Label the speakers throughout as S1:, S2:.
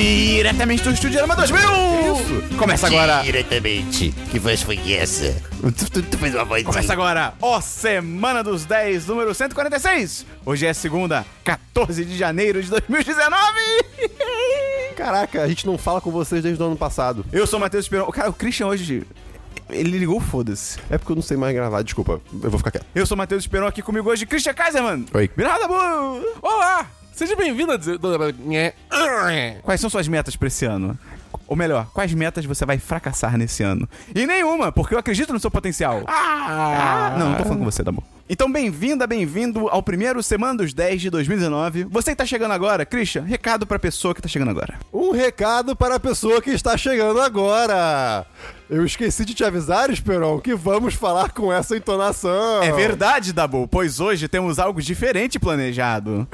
S1: diretamente do Estúdio Arama 2000! Isso. Começa agora,
S2: Diretamente. Que voz foi essa? Tu, tu- tu fez uma voz.
S1: começa agora, ó Semana dos 10, número 146. Hoje é segunda, 14 de janeiro de 2019.
S3: Caraca, a gente não fala com vocês desde o ano passado.
S1: Eu sou o Matheus Esperon. Cara, o Christian hoje, ele ligou, foda-se.
S3: É porque eu não sei mais gravar, desculpa. Eu vou ficar quieto.
S1: Eu sou o Matheus Esperon, aqui comigo hoje, Christian Kaiserman.
S3: Oi.
S1: Bernardo Dabu.
S4: Olá! Seja bem-vindo a... dizer- É.
S1: Quais são suas metas pra esse ano? Ou melhor, quais metas você vai fracassar nesse ano? E nenhuma, porque eu acredito no seu potencial. Ah, não, não tô falando com você, Dabu. Então, bem-vinda, bem-vindo ao primeiro Semana dos 10 de 2019. Você que tá chegando agora, Christian, recado pra pessoa que tá chegando agora.
S3: Um recado para a pessoa que está chegando agora. Eu esqueci de te avisar, Esperon, que vamos falar com essa entonação.
S4: Oh.
S1: É verdade, Dabu, pois hoje temos algo diferente planejado.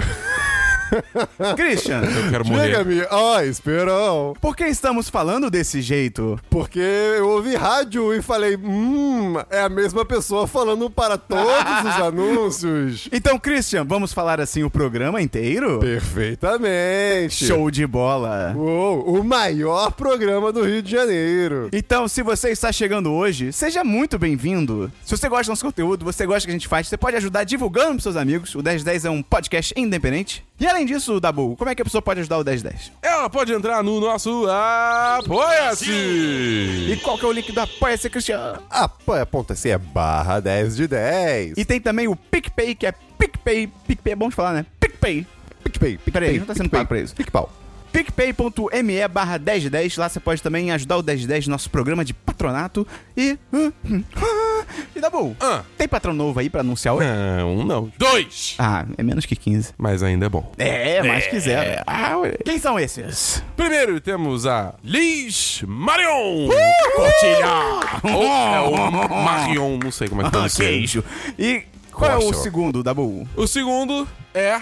S1: Christian,
S4: Eu quero morrer.
S3: Diga-me, ó, Esperon,
S1: por que estamos falando desse jeito?
S3: porque eu ouvi rádio e falei, hum, é a mesma pessoa falando para todos os anúncios.
S1: Então, Christian, vamos falar assim o programa inteiro?
S3: Perfeitamente.
S1: Show de bola!
S3: Uou, o maior programa do Rio de Janeiro.
S1: Então, se você está chegando hoje, seja muito bem-vindo. Se você gosta do nosso conteúdo, você gosta do que a gente faz, você pode ajudar divulgando pros seus amigos. O 1010 é um podcast independente. E além disso, Dabu, como é que a pessoa pode ajudar o 1010?
S4: Ela pode entrar no nosso Apoia-se!
S1: E qual que é o link do Apoia-se Cristiano?
S3: apoia.se é barra 10 de 10.
S1: E tem também o PicPay, que é PicPay. PicPay é bom de falar, né? PicPay.
S3: PicPay, PicPay.
S1: Peraí, não tá sendo pago pra isso.
S3: PicPau.
S1: PicPay.me barra 1010. Lá você pode também ajudar o 1010 no nosso programa de patronato. E. hum, E Dabu,
S4: Ah.
S1: tem patrão novo aí pra anunciar hoje?
S4: Não, um não. Dois!
S1: Ah, é menos que 15.
S4: Mas ainda é bom.
S1: É, mais que zero. Quem são esses?
S4: Ah, Primeiro temos a Liz Marion! Cortilha! Ou é o Marion, não sei como é que pronuncia.
S1: um E qual é o
S4: Qual é o
S1: segundo, Dabu?
S4: O segundo é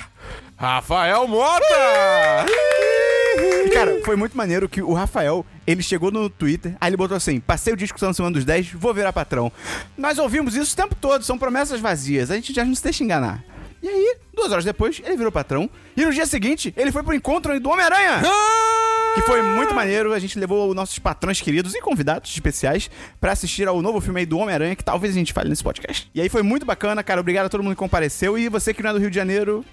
S4: Rafael Mota!
S1: E, cara, foi muito maneiro que o Rafael, ele chegou no Twitter, aí ele botou assim, passei o disco na semana dos 10, vou virar patrão. Nós ouvimos isso o tempo todo, são promessas vazias, a gente já não se deixa enganar. E aí, duas horas depois, ele virou patrão, e no dia seguinte, ele foi pro encontro do Homem-Aranha!
S4: Ah!
S1: Que foi muito maneiro, a gente levou os nossos patrões queridos e convidados especiais pra assistir ao novo filme aí do Homem-Aranha, que talvez a gente fale nesse podcast. E aí foi muito bacana, cara, obrigado a todo mundo que compareceu e você que não é do Rio de Janeiro,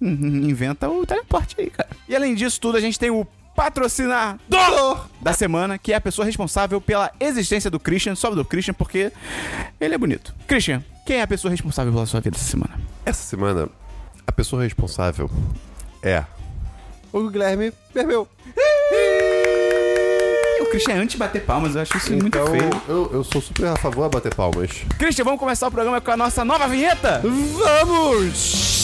S1: hum, inventa o teleporte aí, cara. E além disso tudo, a gente tem o patrocinador da semana, que é a pessoa responsável pela existência do Christian, só do Christian, porque ele é bonito. Christian, quem é a pessoa responsável pela sua vida essa semana?
S3: Essa semana, a pessoa responsável é o Guilherme Vermeu.
S1: O Christian é antes bater palmas, eu acho isso muito
S3: Então,
S1: feio.
S3: eu, eu sou super a favor a bater palmas.
S1: Christian, vamos começar o programa com a nossa nova vinheta?
S3: Vamos!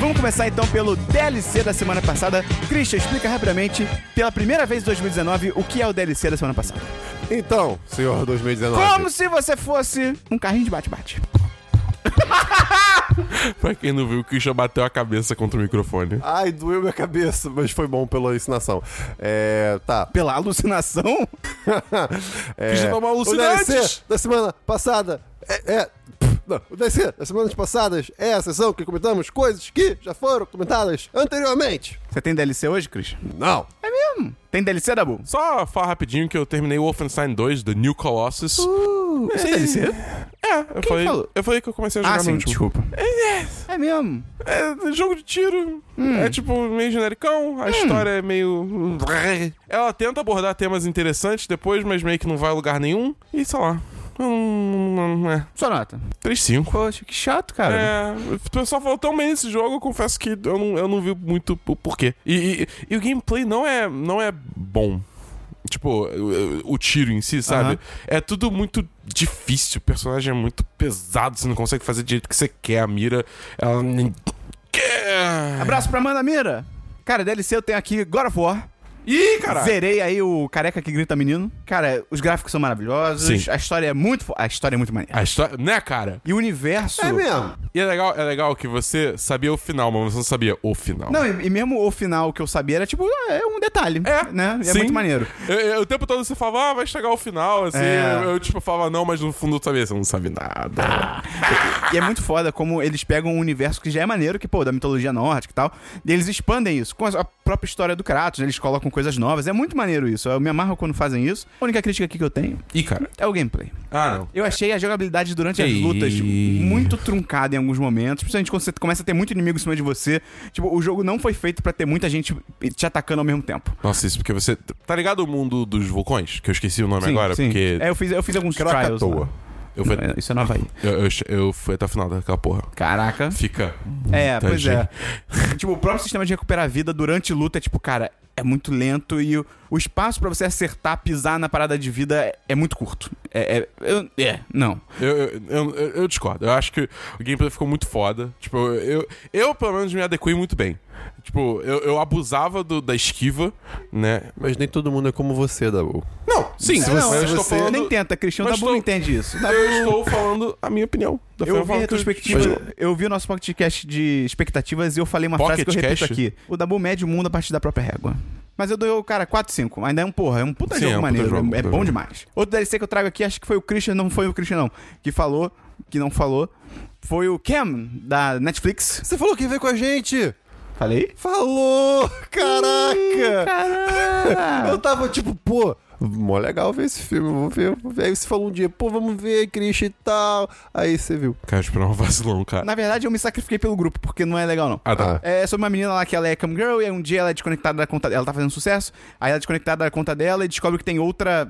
S1: Vamos começar então pelo DLC da semana passada. Christian, explica rapidamente, pela primeira vez em 2019, o que é o DLC da semana passada.
S3: Então, senhor 2019.
S1: Como se você fosse um carrinho de bate-bate.
S4: pra quem não viu, o Christian bateu a cabeça contra o microfone.
S3: Ai, doeu minha cabeça, mas foi bom pela ensinação. É, tá.
S1: Pela alucinação?
S3: É,
S4: Fiz de tomar
S3: o
S4: alucinantes.
S3: DLC da semana passada é. é pff, não, o DLC das semanas passadas é a sessão que comentamos coisas que já foram comentadas anteriormente.
S1: Você tem DLC hoje, Christian?
S3: Não.
S1: É mesmo? Tem DLC, Dabu?
S4: Só falar rapidinho que eu terminei o Wolfenstein 2, The New Colossus.
S1: Uh, isso é DLC?
S4: É, eu falei,
S1: falou?
S4: eu falei que eu comecei a jogar
S1: Ah,
S4: no
S1: sim,
S4: último.
S1: desculpa. É mesmo?
S4: É jogo de tiro.
S1: Hum.
S4: É tipo meio genericão. A história é meio. Ela tenta abordar temas interessantes depois, mas meio que não vai a lugar nenhum. E sei lá. Hum, é.
S1: Sua nota.
S4: 3-5.
S1: Poxa, que chato, cara.
S4: É, o pessoal falou tão bem esse jogo, eu confesso que eu não, eu não vi muito o porquê. E, e- e o gameplay não é, não é bom. Tipo, o, o tiro em si, sabe?
S1: Aham.
S4: É tudo muito difícil, o personagem é muito pesado, você não consegue fazer do jeito que você quer, a mira. Ela.
S1: Abraço pra Amanda Mira. Cara, DLC eu tenho aqui God of War.
S4: Ih, caralho!
S1: Zerei aí o Careca que Grita Menino. Cara, os gráficos são maravilhosos.
S4: Sim.
S1: A história é muito. fo- A história é muito maneira.
S4: A história. Né, cara?
S1: E o universo.
S3: É mesmo.
S4: E é legal, é legal que você sabia o final, mas você não sabia o final.
S1: Não, e, e mesmo o final que eu sabia era tipo, ah, é um detalhe.
S4: É,
S1: né? E É
S4: sim.
S1: muito maneiro.
S4: Eu- eu- o tempo todo você falava, ah, vai chegar o final, assim.
S1: É.
S4: Eu, eu, tipo, falava, não, mas no fundo eu sabia, você não sabe nada.
S1: E é muito foda como eles pegam um universo que já é maneiro, que, pô, da mitologia nórdica e tal, e eles expandem isso com a própria história do Kratos, né? eles colocam coisas novas. É muito maneiro isso. Eu me amarro quando fazem isso. A única crítica aqui que eu tenho
S4: Ih, cara.
S1: é o gameplay.
S4: Ah, não.
S1: Eu achei a jogabilidade durante as
S4: Ih.
S1: lutas muito truncada em alguns momentos, principalmente quando você começa a ter muito inimigo em cima de você. Tipo, o jogo não foi feito pra ter muita gente te atacando ao mesmo tempo.
S4: Nossa, isso porque você. Tá ligado o mundo dos vulcões? Que eu esqueci o nome agora, porque.
S1: É, eu fiz, eu fiz alguns trials.
S4: Krakatoa.
S1: lá.
S4: Eu fui,
S1: Não, Isso é Nova aí.
S4: eu, eu che- eu fui até a final daquela porra.
S1: Caraca.
S4: Fica.
S1: É,
S4: muita
S1: pois
S4: gente.
S1: é. tipo, o próprio sistema de recuperar vida durante luta é tipo, cara, é muito lento e o, o espaço pra você acertar, pisar na parada de vida é, é muito curto. É, é, eu- é, não.
S4: Eu, eu, eu- eu- eu discordo. Eu acho que o gameplay ficou muito foda. Tipo, eu, eu, eu, pelo menos, me adequei muito bem. Tipo, eu, eu abusava do- da esquiva, né?
S3: Mas nem todo mundo é como você, Dabu.
S4: Não, sim.
S1: não,
S4: mas eu
S1: você
S4: estou falando...
S1: nem tenta, Cristiano
S4: mas
S1: Dabu
S4: tô-
S1: não entende isso.
S4: Eu estou falando a minha opinião. Da
S1: Eu vi, a
S4: forma que
S1: retrospectiva,
S4: Mas-
S1: eu vi o nosso podcast de expectativas e eu falei uma frase que eu repito
S4: Pocketcast?
S1: aqui. O Dabu mede o mundo a partir da própria régua. Mas eu dei o cara 4, 5. Ainda é um porra, é um puta
S4: Sim,
S1: jogo
S4: é um puta
S1: maneiro.
S4: jogo,
S1: é, é
S4: puta
S1: bom
S4: jogo.
S1: demais. Outro DLC que eu trago aqui, acho que foi o Christian, não foi o Christian não, que falou, que não falou, foi o Cam, da Netflix.
S3: Você falou que veio com a gente!
S1: Falei?
S3: Falou! Caraca!
S1: Caraca!
S3: Eu tava tipo, pô, mó legal ver esse filme, vou ver. vou ver. Aí você falou um dia, pô, vamos ver, Christian e tal. Aí você viu.
S4: Cara, tipo, é um vacilão, cara.
S1: Na verdade, eu me sacrifiquei pelo grupo, porque não é legal não.
S4: Ah, tá.
S3: Ah.
S1: É sobre uma menina lá que ela é cam girl e um dia ela é desconectada da conta Ela tá fazendo sucesso, aí ela é desconectada da conta dela e descobre que tem outra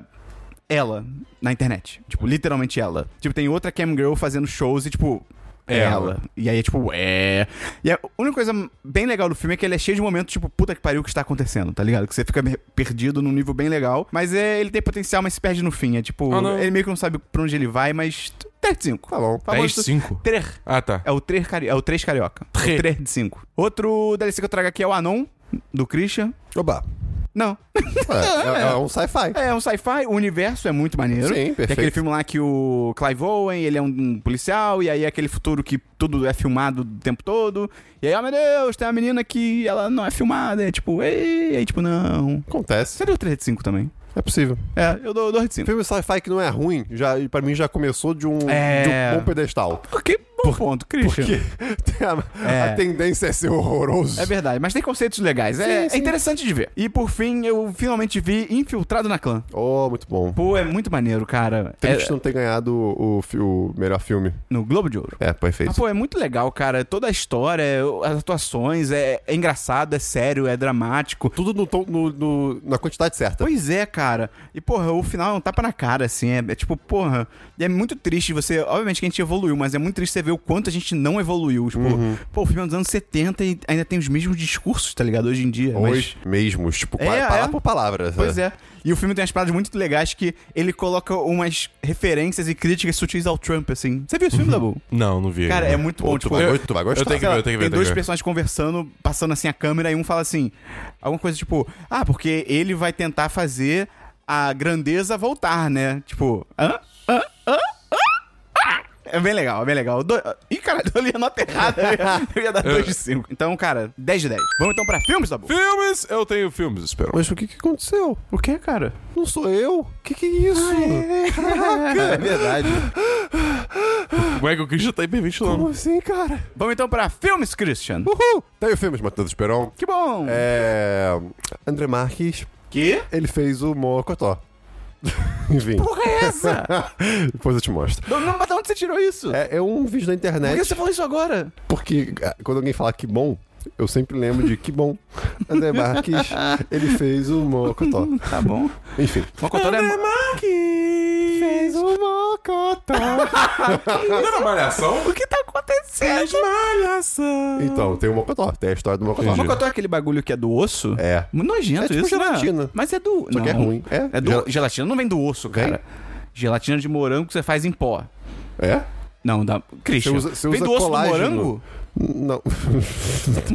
S1: ela na internet. Tipo, literalmente ela. Tipo, tem outra cam girl fazendo shows e tipo. É
S4: É
S1: ela.
S4: ela.
S1: E aí, é tipo, é. E a única coisa bem legal do filme é que ele é cheio de momentos, tipo, puta que pariu o que está acontecendo, tá ligado? Que você fica me- perdido num nível bem legal. Mas é, ele tem potencial, mas se perde no fim. É tipo,
S4: Ah, não.
S1: ele meio que não sabe pra onde ele vai, mas. 10 de 5. Tá bom.
S4: 10, 5. Ah, tá.
S1: É o 3 cari é o três carioca.
S4: Tre.
S1: É o 3 de 5. Outro DLC que eu trago aqui é o Anon, do Christian.
S3: Oba!
S1: Não.
S3: É, é- é um sci-fi.
S1: É um sci-fi, o universo é muito maneiro.
S3: Sim,
S1: Tem
S3: perfeito.
S1: aquele filme lá que o Clive Owen, ele é um policial, e aí é aquele futuro que tudo é filmado o tempo todo. E aí, oh meu Deus, tem uma menina que ela não é filmada, é tipo, ei, aí tipo, não.
S3: Acontece,
S1: Você deu 3 de 5 também?
S3: é possível.
S1: É, eu dou 2 de 5.
S3: Filme sci-fi que não é ruim, já, e pra mim já começou de um,
S1: É.
S3: de um bom pedestal.
S1: Que bom ponto, Christian.
S3: Porque tem a,
S1: É.
S3: a tendência é ser horroroso.
S1: É verdade, mas tem conceitos legais. é, é interessante de ver. E por fim, eu finalmente vi Infiltrado na Clã.
S3: Oh, muito bom.
S1: Pô, é muito maneiro, cara. É,
S3: Triste não ter ganhado o, fi- o melhor filme.
S1: no Globo de Ouro.
S3: É,
S1: Ah,
S3: perfeito.
S1: pô, é muito legal, cara. Toda a história, é- as atuações, é, é engraçado, é sério, é dramático.
S3: Tudo no tom- no- no- na quantidade certa.
S1: Pois é, cara. E, porra, o final é um tapa na cara, assim. É, é tipo, porra. E é muito triste você. Obviamente que a gente evoluiu, mas é muito triste você ver o quanto a gente não evoluiu. Tipo,
S3: Uhum.
S1: pô, o filme é dos anos 70 e ainda tem os mesmos discursos, tá ligado? Hoje em dia. mas-
S3: Hoje mesmos, tipo,
S1: É,
S3: qua- palavra
S1: é.
S3: por né? palavra.
S1: Pois é. E o filme tem umas paradas muito legais que ele coloca umas referências e críticas sutis ao Trump, assim. Você viu esse filme, Dabu?
S4: Não, não vi.
S1: Cara, é
S4: ainda.
S1: muito bom.
S3: Uhum. Pô, tu,
S1: Tipo,
S3: vai,
S4: eu-
S3: tu vai
S4: eu
S3: gostar.
S4: tenho que ver, eu
S1: Tem
S4: tenho que ver. tenho
S1: dois
S4: que ver.
S1: personagens conversando, passando assim a câmera, e um fala assim: alguma coisa tipo, ah, porque ele vai tentar fazer a grandeza voltar, né? Tipo, hã? Hã? Hã? Hã? Ah! É bem legal, é bem legal. Do... Ih, cara, eu li a nota errada. eu ia- Eu ia dar 2 de 5. Então, cara, 10 de 10. Vamos então pra filmes, Dabu?
S4: Filmes, eu tenho filmes, espero.
S3: Mas o que, que aconteceu?
S1: O que, cara?
S3: Não sou eu? O que, que é isso?
S1: Ah, É verdade.
S4: Como é que o Christian tá
S3: Como
S4: hiperventilando?
S3: assim, cara?
S1: Vamos então pra filmes, Christian.
S3: Uhul! Tenho filmes, Matheus Esperon.
S1: Uh, Que bom.
S3: É. André Marques,
S1: Que?
S3: ele fez o Mocotó. Enfim,
S1: Porra, é essa?
S3: depois eu te mostro.
S1: não, não, mas de onde você tirou isso?
S3: É, é um vídeo da
S1: Por
S3: internet.
S1: que você falou isso agora?
S3: Porque ah, quando alguém fala que bom, eu sempre lembro de que bom. André Marques, ele fez o Mocotó.
S1: Tá bom.
S3: Enfim.
S1: Mocotó é. mo-
S3: Fez o Mocotó.
S1: Tá
S4: Não era malhação?
S1: O que tá acontecendo?
S4: Malhação.
S3: Então, tem o Mocotó, tem a história do Mocotó.
S4: Entendi.
S1: Mocotó é aquele bagulho que é do osso?
S3: É.
S1: Muito nojento
S3: É tipo
S1: isso, né?
S3: gelatina.
S1: Mas é do...
S3: Só
S1: não.
S3: que é ruim. É?
S1: É do...
S3: Gel-
S1: Gelatina não vem do osso,
S3: Vem?
S1: cara. Gelatina de morango que você faz em pó.
S3: É?
S1: Não, dá. Christian,
S3: usa- você
S1: vem
S3: usa
S1: do osso
S3: colágeno.
S1: do morango?
S3: Não.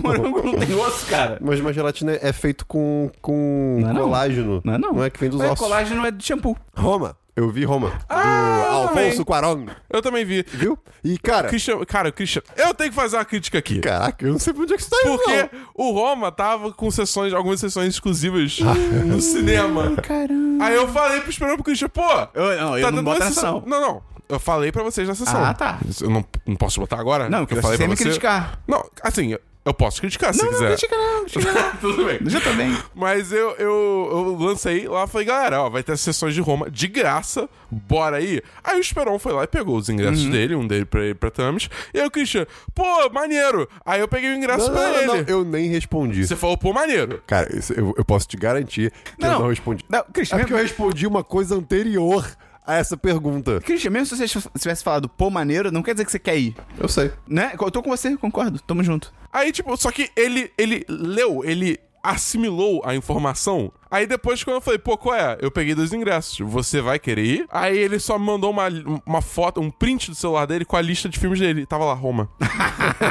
S1: Morango não tem osso, cara.
S3: Mas uma gelatina é feito com, com
S1: Não é não?
S3: colágeno.
S1: Não é não.
S3: é que vem dos
S1: Mas
S3: ossos.
S1: colágeno é de shampoo.
S3: Roma. Eu vi Roma.
S4: Ah,
S3: do
S4: também.
S3: Alfonso Cuarón.
S4: Eu também vi.
S3: Viu? E,
S1: É.
S3: cara...
S4: Christian, cara, o Christian, eu tenho que fazer uma crítica aqui.
S3: Caraca, eu não sei pra onde é que você tá indo,
S4: Porque
S3: não.
S4: o Roma tava com sessões, algumas sessões exclusivas
S1: Ah.
S4: no cinema.
S1: Caramba.
S4: Aí eu falei pro Esperão pro Christian, pô, tá
S1: Eu, não, eu não
S4: tendo
S1: boto
S4: uma
S1: na sessão.
S4: Não, não. Eu falei pra vocês na sessão.
S1: Ah, tá.
S4: Eu não, não posso botar agora?
S1: Não,
S4: porque
S1: que
S4: eu
S1: você
S4: falei pra
S1: ia me
S4: você.
S1: criticar.
S4: Não, assim, eu- eu posso criticar se
S1: Não,
S4: quiser.
S1: não, critica não, critica não.
S4: Tudo bem.
S1: Já tá bem.
S4: Mas eu, eu, eu lancei lá, falei, galera, ó, vai ter as sessões de Roma de graça, bora aí. Aí o Esperon foi lá e pegou os ingressos
S3: Uhum.
S4: dele, um dele pra ele pra Thames. E aí o Christian, pô, maneiro. Aí eu peguei o ingresso
S3: Não,
S4: pra
S3: não,
S4: ele.
S3: não, não, eu nem respondi.
S4: Você falou, pô, maneiro.
S3: Cara, isso eu, eu posso te garantir que eu não respondi.
S1: Não, Christian,
S3: É porque eu
S1: mesmo,
S3: respondi uma coisa anterior a essa pergunta.
S1: Christian, mesmo se você tivesse falado pô maneiro, não quer dizer que você quer ir.
S3: Eu sei.
S1: Né? Eu tô com você, concordo. Tamo junto.
S4: Aí, tipo, só que ele, ele leu, ele assimilou a informação. Aí depois, quando eu falei, pô, qual é? Eu peguei dois ingressos. tipo, Você vai querer ir? Aí ele só me mandou uma, uma foto, um print do celular dele com a lista de filmes dele. Tava lá, Roma.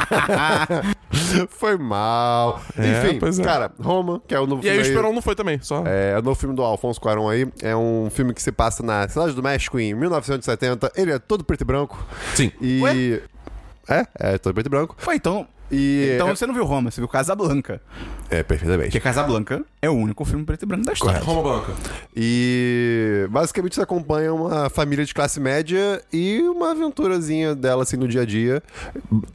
S3: Foi mal.
S4: É, pois
S3: Enfim,
S4: é.
S3: cara, Roma, que é o novo
S4: E aí o
S3: filme.
S4: Esperon não foi também, só.
S3: É, é o novo filme do Alfonso Cuarón aí. É um filme que se passa na Cidade do México em 1970. Ele é todo preto e branco.
S4: Sim.
S3: E.
S1: Ué?
S3: É, é todo preto e branco.
S1: Pô, então.
S3: E.
S1: Então
S3: é-
S1: você não viu Roma, você viu Casablanca.
S3: é, perfeitamente.
S1: Porque Casablanca é o único filme preto e branco da história.
S4: Roma Blanca.
S3: E basicamente você acompanha uma família de classe média e uma aventurazinha dela assim no dia a dia.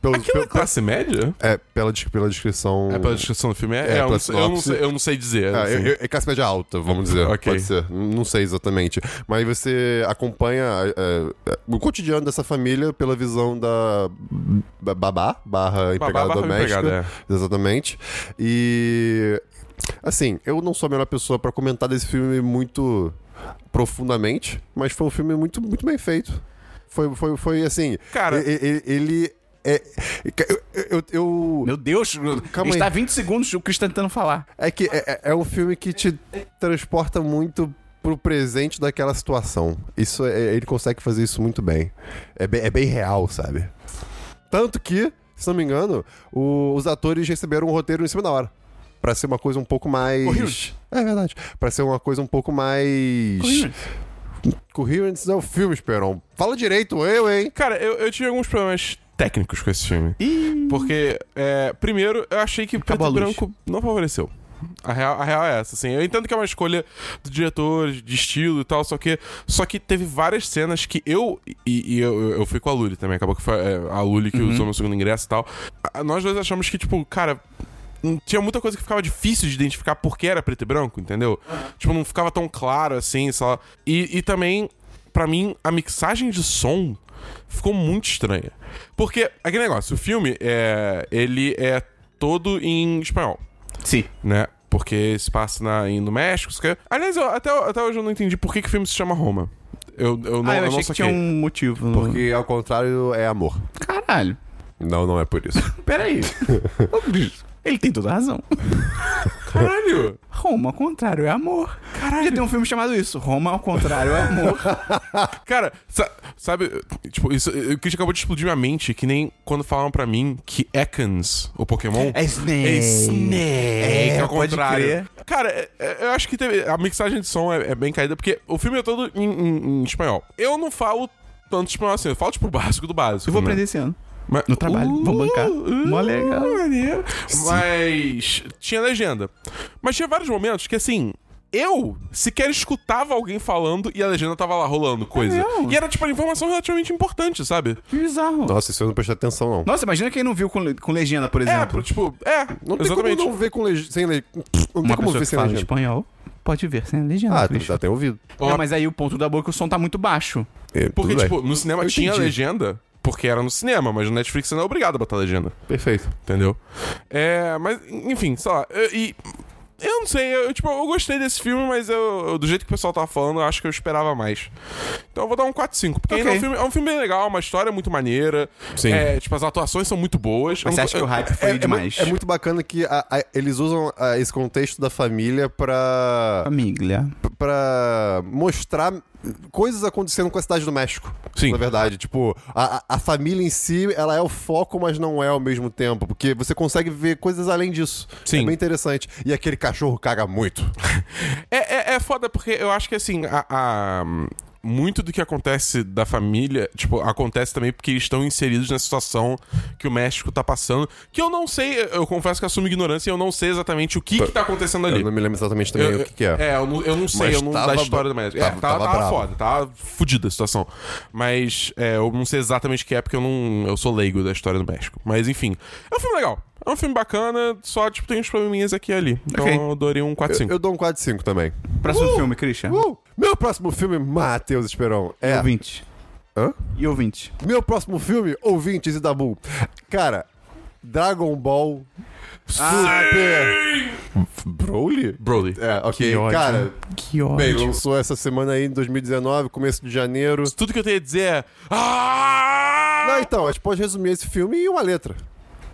S3: Pelo,
S4: Aquilo é
S3: pelo-
S4: classe média?
S3: é, pela, des- pela descrição.
S4: É pela descrição do filme? É,
S3: É,
S4: eu, não
S3: pela
S4: sei, eu, não
S3: sinopse.
S4: sei, eu não sei dizer.
S3: Ah,
S4: assim.
S3: eu- eu- é classe média alta, vamos dizer.
S4: Ok.
S3: Pode ser. N- Não sei exatamente. Mas aí você acompanha é, é, o cotidiano dessa família pela visão da b- babá, barra empregada
S4: barra
S3: doméstica.
S4: empregada, é.
S3: Exatamente. E. Assim, eu não sou a melhor pessoa pra comentar desse filme muito profundamente, mas foi um filme muito, muito bem feito. Foi, foi, foi assim.
S4: Cara-
S3: e- e- ele. é, eu- eu- eu
S1: Meu Deus,
S3: Calma
S1: está
S3: aí.
S1: 20 segundos o Chris tá tentando falar.
S3: é que é, é- é um filme que te transporta muito pro presente daquela situação. Isso é- ele consegue fazer isso muito bem. É bem, é bem real, sabe? Tanto que, se não me engano, o- os atores receberam um roteiro em cima da hora. Pra ser uma coisa um pouco mais.
S1: Coherent.
S3: É verdade. Pra ser uma coisa um pouco mais.
S1: Coherent.
S3: Coherence é o filme, Esperon. Fala direito, eu, hein?
S4: Cara, eu, eu tive alguns problemas técnicos com esse filme.
S1: Ih,
S4: Porque, é, primeiro, eu achei que
S1: Acabou
S4: preto e
S1: a luz.
S4: branco não favoreceu. A real, a real é essa, assim. Eu entendo que é uma escolha do diretor, de estilo e tal, só que, só que teve várias cenas que eu. E, e eu, eu fui com a Luli também, acabou que foi é, a Luli que usou meu segundo ingresso e tal. A- nós dois achamos que, tipo, cara. hum, Tinha muita coisa que ficava difícil de identificar porque era preto e branco, entendeu? Tipo, não ficava tão claro assim, sei lá. E, e também, pra mim, a mixagem de som ficou muito estranha. Porque, aquele negócio, o filme, é, ele é todo em espanhol
S1: Sim.
S4: né? Porque se passa na, em- no México. isso que é- Aliás, eu- até, até hoje eu não entendi por que, que o filme se chama Roma. Eu, eu não,
S1: ah, eu
S4: eu não
S1: achei que
S4: saquei.
S1: tinha um motivo.
S3: Porque ao contrário é amor.
S1: Caralho.
S3: Não, não é por isso.
S1: Peraí. Ô, Chris, Ele tem toda a razão.
S4: Caralho!
S1: Roma ao contrário é amor. Caralho. Já tem um filme chamado isso. Roma ao contrário é amor.
S4: Cara, sa- sabe, tipo, isso, o Christian acabou de explodir minha mente, que nem quando falaram pra mim que Ekans, o Pokémon,
S1: Snake.
S4: É Snake,
S1: É,
S4: ao
S1: pode
S4: contrário.
S1: crer.
S4: Cara, é- é- eu acho que teve- a mixagem de som é, é bem caída, porque o filme é todo em, em- em espanhol. Eu não falo tanto espanhol assim, eu falo tipo o básico do básico.
S1: Eu vou
S4: né?
S1: aprender esse ano.
S4: Mas- Uh,
S1: No trabalho, vamos bancar. Mó legal.
S4: maneiro. Mas tinha legenda. Mas tinha vários momentos que assim. Eu sequer escutava alguém falando e a legenda tava lá rolando coisa.
S1: É mesmo?
S4: e era, tipo, uma informação relativamente importante, sabe?
S1: Que bizarro. Nossa,
S3: Nossa, isso eu não prestei atenção, não.
S1: imagina quem não viu com, le- com legenda, por
S4: É,
S1: exemplo.
S4: pro- tipo, é,
S3: Não tem
S4: exatamente.
S3: como não ver com legenda. Sem leg... Não tem
S1: Uma
S3: como
S1: pessoa
S3: ver
S1: que
S3: sem
S1: fala
S3: legenda.
S1: espanhol pode ver sem legenda.
S3: Ah, tu
S1: Chris.
S3: já tem ouvido.
S1: Não, mas aí o ponto da boca o som tá muito baixo.
S3: É,
S4: Porque,
S3: tudo bem.
S4: tipo, no cinema
S3: Eu
S4: tinha
S3: entendi.
S4: legenda, porque era no cinema, mas no Netflix você não é obrigado a botar legenda,
S3: Perfeito.
S4: entendeu? É, mas, enfim, sei lá. eu- E. Eu não sei, eu, tipo, eu gostei desse filme, mas eu, eu- do jeito que o pessoal tava falando, eu acho que eu esperava mais. Então eu vou dar um 4-5, porque ainda é, um
S1: Ok.
S4: filme, é um filme bem legal, uma história muito maneira.
S3: Sim.
S4: É, tipo, as atuações são muito boas. Eu
S1: Mas você
S4: não-
S1: acha que
S4: eu-
S1: o hype foi
S3: É,
S1: demais?
S3: mu- é muito bacana que a- a- eles usam a, esse contexto da família pra,
S1: Família.
S3: pra mostrar coisas acontecendo com a cidade do México.
S4: Sim.
S3: Na verdade, tipo, a, a- a família em si, ela é o foco, mas não é ao mesmo tempo, porque você consegue ver coisas além disso.
S4: Sim.
S3: É bem interessante. E aquele cachorro caga muito.
S4: É, é, é foda porque eu acho que assim, a, a- muito do que acontece da família, tipo, acontece também porque eles estão inseridos na situação que o México tá passando. Que eu não sei, eu confesso que assumo ignorância e eu não sei exatamente o que, que tá acontecendo ali.
S3: Eu não me lembro exatamente também o que, que é.
S4: É, eu não, eu não sei,
S3: Mas
S4: eu não
S3: tava
S4: da história do Magic. É,
S3: tava-
S4: tava,
S3: tava
S4: tava
S3: bravo.
S4: foda, tava fudida a situação. Mas é, eu não sei exatamente o que é, porque eu não. Eu sou leigo da história do México. Mas enfim, é um filme legal. É um filme bacana, só, tipo, tem uns probleminhas aqui e ali. Então
S1: Ok.
S4: eu daria um 4-5.
S3: Eu dou um 4 de 5 também.
S1: Próximo filme, Christian.
S3: Uh, meu próximo filme, Matheus Esperon.
S1: E
S3: É.
S1: ouvinte.
S3: Hã?
S1: E ouvinte.
S3: Meu próximo filme, Ouvintes e Dabu. Cara, Dragon Ball Super. Broly?
S4: Broly.
S3: É, ok.
S1: Que ódio.
S3: Cara,
S1: Que ódio.
S3: bem, lançou essa semana aí em 2019, começo de janeiro.
S4: Tudo que eu tenho a dizer é. Ah!
S3: Não, então, a gente pode resumir esse filme em uma letra.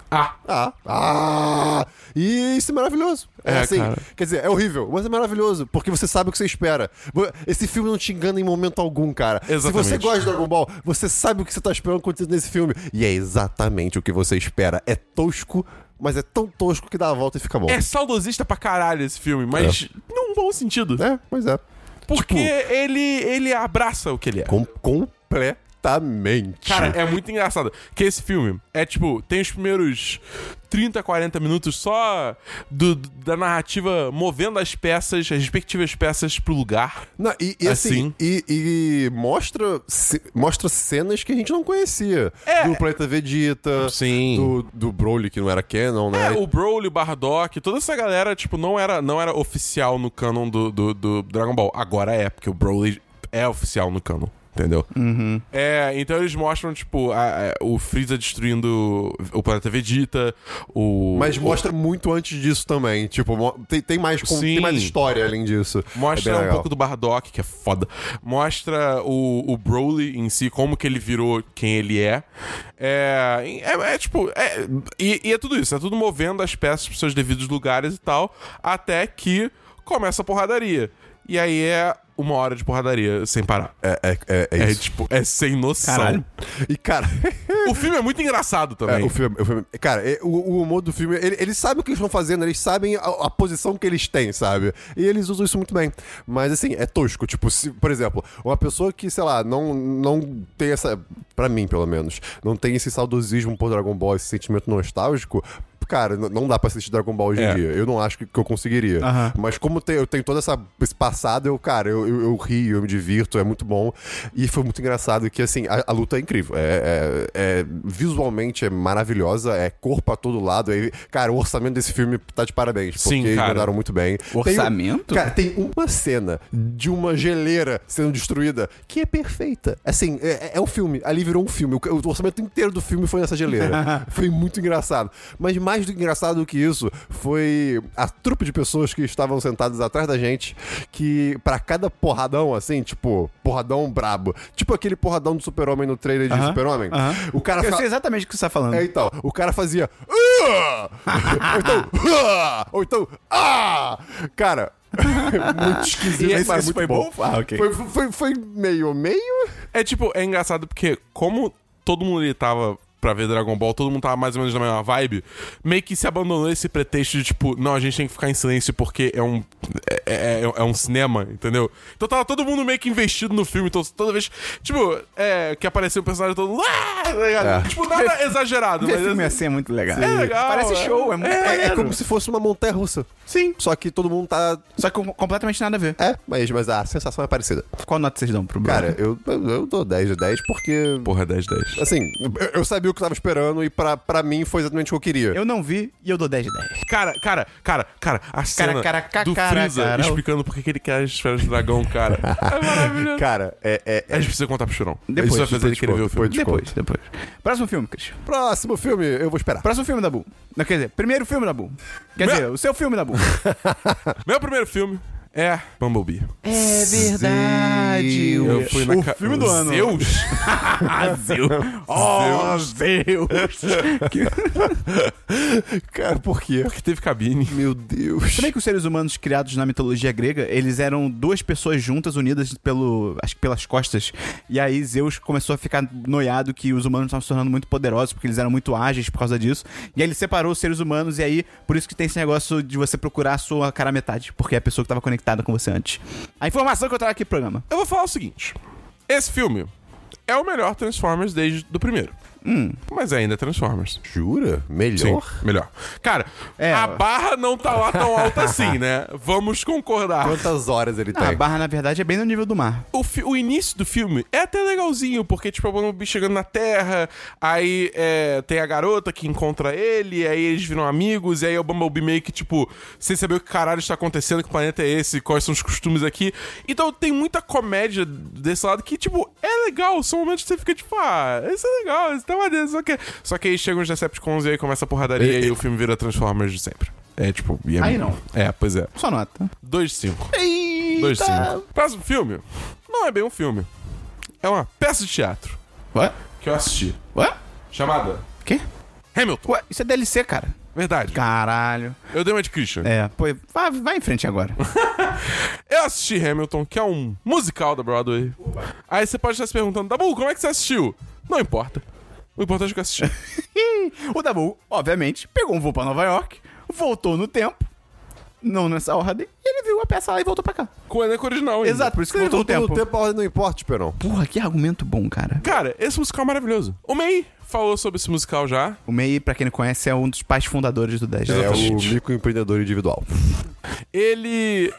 S4: Ah.
S3: Ah, ah! E isso é maravilhoso. É,
S4: É,
S3: assim,
S4: cara.
S3: quer dizer, é horrível, mas é maravilhoso, porque você sabe o que você espera. Vo- Esse filme não te engana em momento algum, cara.
S4: Exatamente.
S3: Se você gosta de Dragon Ball, você sabe o que você tá esperando acontecer nesse filme. E é exatamente o que você espera. É tosco, mas é tão tosco que dá a volta e fica bom.
S4: É saudosista pra caralho esse filme, mas num bom sentido.
S3: É, pois é.
S4: Porque
S3: Tipo-
S4: ele, ele abraça o que ele é.
S3: Com- completamente.
S4: Cara, é muito engraçado. Que esse filme é tipo, tem os primeiros 30, 40 minutos só do- da narrativa movendo as peças, as respectivas peças pro lugar.
S3: Não, e, e assim,
S4: Assim.
S3: E, e mostra, ce- mostra cenas que a gente não conhecia.
S4: É.
S3: Do Planeta Vegeta.
S4: Sim.
S3: Do, do Broly, que não era canon, né?
S4: É, o Broly, o Bardock, toda essa galera, tipo, não era, não era oficial no canon do, do, do Dragon Ball. Agora é, porque o Broly é oficial no canon. Entendeu? É, então eles mostram, tipo, a- a- o Freeza destruindo o planeta Vegeta, o.
S3: Mas
S4: o-
S3: mostra muito antes disso também. Tipo, mo- tem, tem, mais, com-
S4: Sim.
S3: tem mais história além disso.
S4: Mostra
S3: É bem
S4: um
S3: legal.
S4: pouco do Bardock, que é foda. Mostra o, o Broly em si, como que ele virou quem ele é. É, é, é, tipo. é- e, e é tudo isso, é tudo movendo as peças pros seus devidos lugares e tal, até que começa a porradaria. E aí é uma hora de porradaria sem parar.
S3: É, é, é, é
S4: É,
S3: isso.
S4: tipo, é sem noção.
S1: Caralho.
S3: E, cara.
S4: O filme é muito engraçado
S3: é,
S4: também.
S3: o filme, o filme- cara, é, o, o humor do filme, ele- eles sabem o que eles estão fazendo, eles sabem a, a posição que eles têm, sabe? E eles usam isso muito bem. Mas assim, é tosco. Tipo, se, por exemplo, uma pessoa que, sei lá, não, não tem essa. Pra mim, pelo menos, não tem esse saudosismo por Dragon Ball, esse sentimento nostálgico. Cara, n- não dá pra assistir Dragon Ball hoje
S4: É.
S3: em dia. Eu não acho que, que eu conseguiria.
S1: Aham.
S3: Mas como tem- eu tenho todo essa, esse passado, eu, cara, eu, eu, eu rio, eu me divirto, é muito bom. E foi muito engraçado que, assim, a, a luta é incrível. É, é- é- visualmente é maravilhosa, é corpo a todo lado. É, cara, o orçamento desse filme tá de parabéns, porque
S4: Sim,
S3: eles
S4: cara.
S3: mandaram muito bem.
S1: Orçamento?
S3: Tem, um- cara, tem uma cena de uma geleira sendo destruída que é perfeita. Assim, é, é- é um filme. Ali virou um filme. O, o orçamento inteiro do filme foi nessa geleira. foi muito engraçado. Mas mais do que engraçado do que isso, foi a trupe de pessoas que estavam sentadas atrás da gente que, pra cada porradão, assim, tipo, porradão brabo. Tipo aquele porradão do super-homem no trailer de
S1: Aham,
S3: super-homem.
S1: aham.
S3: O cara
S1: Eu
S3: fa-
S1: sei exatamente o que você tá falando.
S3: é, então, o cara fazia. "Ah!" ou então. "Ah!" Ou então. Ah! Cara. muito esquisito.
S1: E esse-
S3: mas
S1: esse
S3: muito
S1: foi bom? Ah, ok.
S3: Foi, foi, foi meio meio.
S4: É tipo, é engraçado porque como todo mundo ali tava pra ver Dragon Ball, todo mundo tava mais ou menos na mesma vibe, meio que se abandonou esse pretexto de tipo, não, a gente tem que ficar em silêncio porque é um é, é- é um cinema, entendeu? Então tava todo mundo meio que investido no filme, então toda vez, tipo, é, que aparecia um personagem todo mundo, "Ah!", tá ligado?
S3: É.
S4: Tipo, nada exagerado,
S1: Ver
S4: mas
S1: filme assim é muito legal.
S4: É legal,
S1: Parece
S4: é.
S1: show, é muito
S4: É,
S1: legal.
S3: É como se fosse uma montanha russa.
S1: Sim.
S3: Só que todo mundo tá.
S1: Só que com- completamente nada a ver.
S3: É, mas, mas a sensação é parecida.
S1: Qual nota vocês dão pro Bruno?
S3: Cara, eu, eu, eu dou 10 de 10 porque.
S4: porra 10 10.
S3: Assim, eu- eu sabia o que eu tava esperando e pra, pra mim foi exatamente o que eu queria.
S1: eu não vi e eu dou 10 de 10.
S4: Cara, cara, cara, cara, a cena
S1: cara, ca-
S4: do
S1: cara,
S4: Freeza
S1: cara.
S4: explicando por que que ele quer as esferas do dragão, cara. É maravilhoso.
S3: Cara, é. é,
S4: A
S3: é-
S4: gente precisa contar pro Churão.
S1: Depois,
S4: Isso vai fazer ele
S3: depois,
S4: querer ver o
S3: depois,
S4: filme.
S3: Desconto.
S1: Depois, depois. Próximo filme, Cris.
S3: Próximo filme, eu vou esperar.
S1: Próximo filme, Dabu. Não, quer dizer, primeiro filme, Dabu. Quer
S4: Meu-
S1: dizer, o seu filme, Dabu.
S4: Meu primeiro filme É, Bumblebee.
S1: É verdade.
S4: Eu fui na
S1: o
S4: ca-
S1: filme do ano.
S4: Zeus?
S1: Ah, Zeus. Oh, Zeus.
S3: Cara, por quê?
S4: Porque teve cabine.
S3: Meu Deus.
S1: Também que os seres humanos criados na mitologia grega, eles eram duas pessoas juntas, unidas pelo, acho que pelas costas. E aí Zeus começou a ficar noiado que os humanos estavam se tornando muito poderosos, porque eles eram muito ágeis por causa disso. E aí ele separou os seres humanos, e aí por isso que tem esse negócio de você procurar a sua cara à metade, porque é a pessoa que estava conectada com você antes. A informação que eu trago aqui pro programa.
S4: Eu vou falar o seguinte: esse filme é o melhor Transformers desde do primeiro.
S1: Hum.
S4: Mas ainda é Transformers.
S3: Jura?
S4: Sim,
S3: Melhor?
S4: melhor. Cara,
S1: É.
S4: a barra não tá lá tão alta assim, né? Vamos concordar.
S3: Quantas horas ele
S1: Ah, a barra, na verdade, é bem no nível do mar.
S4: O, fi- o início do filme é até legalzinho, porque, tipo, é o Bumblebee chegando na Terra, aí é, tem a garota que encontra ele, aí eles viram amigos, e aí é o Bumblebee meio que, tipo, sem saber o que caralho está acontecendo, que planeta é esse, quais são os costumes aqui. Então tem muita comédia desse lado que, tipo, é legal, são momentos que você fica, tipo, ah, isso é legal, isso tá maneiro, só que... Só que aí chegam os Decepticons e aí começa a porradaria, e, aí o filme vira Transformers de sempre. É, tipo... e é
S1: Aí
S4: muito- É, pois é.
S1: Só nota.
S4: 2 de 5. 2 de 5. Próximo filme. Não é bem um filme. É uma peça de teatro
S1: Ué?
S4: que eu assisti.
S1: Ué?
S4: Chamada
S1: Quê?
S4: Hamilton.
S1: Ué, isso é DLC, cara.
S4: Verdade.
S1: Caralho.
S4: Eu dei uma de Christian.
S1: É, pô, vai, vai em frente agora.
S4: Eu assisti Hamilton, que é um musical da Broadway. Aí você pode estar se perguntando, Dabu, como é que você assistiu? Não importa. O importante é que eu assisti.
S1: o Dabu, obviamente, pegou um voo pra Nova York, voltou no tempo, não nessa ordem, e ele viu a peça lá e voltou pra cá.
S4: Com o elenco original ainda.
S1: Exato, por isso que
S3: Ele
S1: voltou
S3: voltou
S1: no tempo.
S3: no tempo, a hora não importa, Esperão.
S1: Porra, que argumento bom, cara.
S4: Cara, esse musical é maravilhoso. O May falou sobre esse musical já.
S1: O Mei, pra quem não conhece, é um dos pais fundadores do 10.
S3: É o
S4: Exatamente.
S3: microempreendedor individual.
S4: ele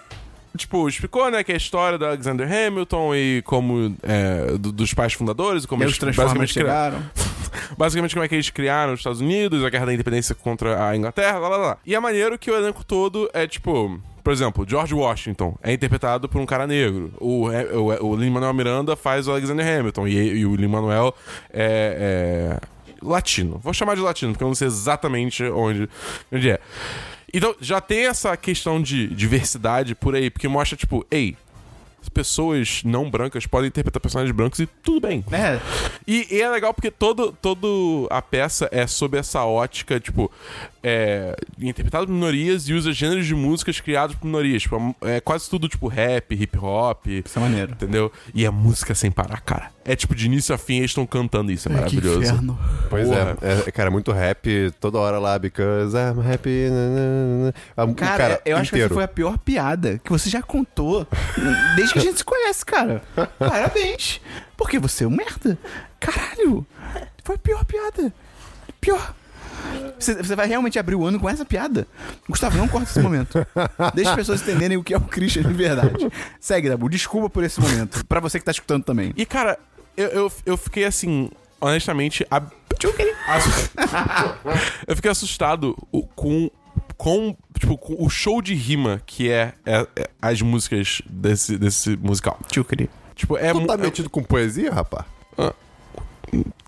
S4: tipo explicou né que é a história do Alexander Hamilton e como é, do- dos pais fundadores e como
S1: E aí
S4: eles
S1: os Transformers
S4: basicamente criaram-
S1: chegaram.
S4: basicamente como é que eles criaram os Estados Unidos, a Guerra da Independência contra a Inglaterra, lá, lá, lá. E é maneiro que o elenco todo é tipo... Por exemplo, George Washington é interpretado por um cara negro. O, é, o, o Lin-Manuel Miranda faz o Alexander Hamilton. E, e o Lin-Manuel é, é latino. Vou chamar de latino, porque eu não sei exatamente onde, onde é. Então, já tem essa questão de diversidade por aí, porque mostra, tipo, ei, pessoas não brancas podem interpretar personagens brancos e tudo bem.
S1: É,
S4: E, e é legal porque todo, todo a peça é sob essa ótica, tipo, é, interpretada por minorias e usa gêneros de músicas criados por minorias. Tipo, é quase tudo, tipo, rap, hip hop.
S1: isso é maneiro.
S4: Entendeu? E é música sem parar, cara. É tipo, de início a fim, eles estão cantando isso. É
S1: Que
S4: maravilhoso.
S1: inferno.
S3: Pois
S4: Porra.
S3: é, é, cara, é muito rap toda hora lá, because I'm happy. Ah, um na, na, na. A- o
S1: Cara, eu acho que essa foi a pior piada que você já contou desde que a gente se conhece, cara. Parabéns. Porque você é um merda. Caralho. Foi a pior piada. Pior. Você, você vai realmente abrir o ano com essa piada? Gustavo, não corta esse momento. Deixa as pessoas entenderem o que é o Christian de verdade. Segue, Dabu. Desculpa por esse momento. Pra você que tá escutando também.
S4: E, cara, eu, eu, eu fiquei assim, honestamente. ab- Assu- eu fiquei assustado o- com. Com, tipo, com o show de rima que é, é- é as músicas desse, desse musical.
S1: Tchucri.
S4: Tipo, é,
S3: Tu
S4: mu-
S3: tá
S4: é-
S3: metido com poesia, rapaz?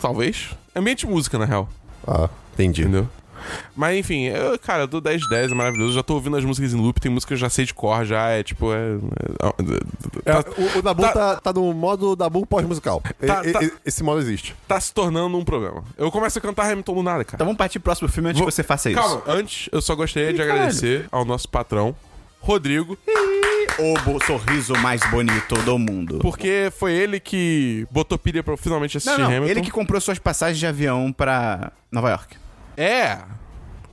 S4: Talvez. É ambiente de música, na real.
S3: Ah, entendi.
S4: Entendeu? Mas enfim, eu, cara, eu dou 10 10, é maravilhoso. Já tô ouvindo as músicas em loop, tem música que eu já sei de cor, já é tipo. É, é- tá,
S3: O, o Dabu
S4: Tá-
S3: tá, tá no modo Dabu pós-musical. E-
S4: Tá,
S3: e-
S4: tá.
S3: e- Esse modo existe.
S4: tá se tornando um problema. Eu começo a cantar Hamilton do nada, cara.
S1: Então vamos partir pro próximo filme antes
S4: Vou-
S1: que você faça Então, é isso.
S4: Calma, antes eu só gostaria de
S1: caralho.
S4: agradecer ao nosso patrão, Rodrigo,
S1: O bo- sorriso mais bonito do mundo.
S4: porque foi ele que botou pilha pra eu finalmente assistir
S1: Não, não.
S4: Hamilton.
S1: Ele que comprou suas passagens de avião pra Nova York.
S4: É!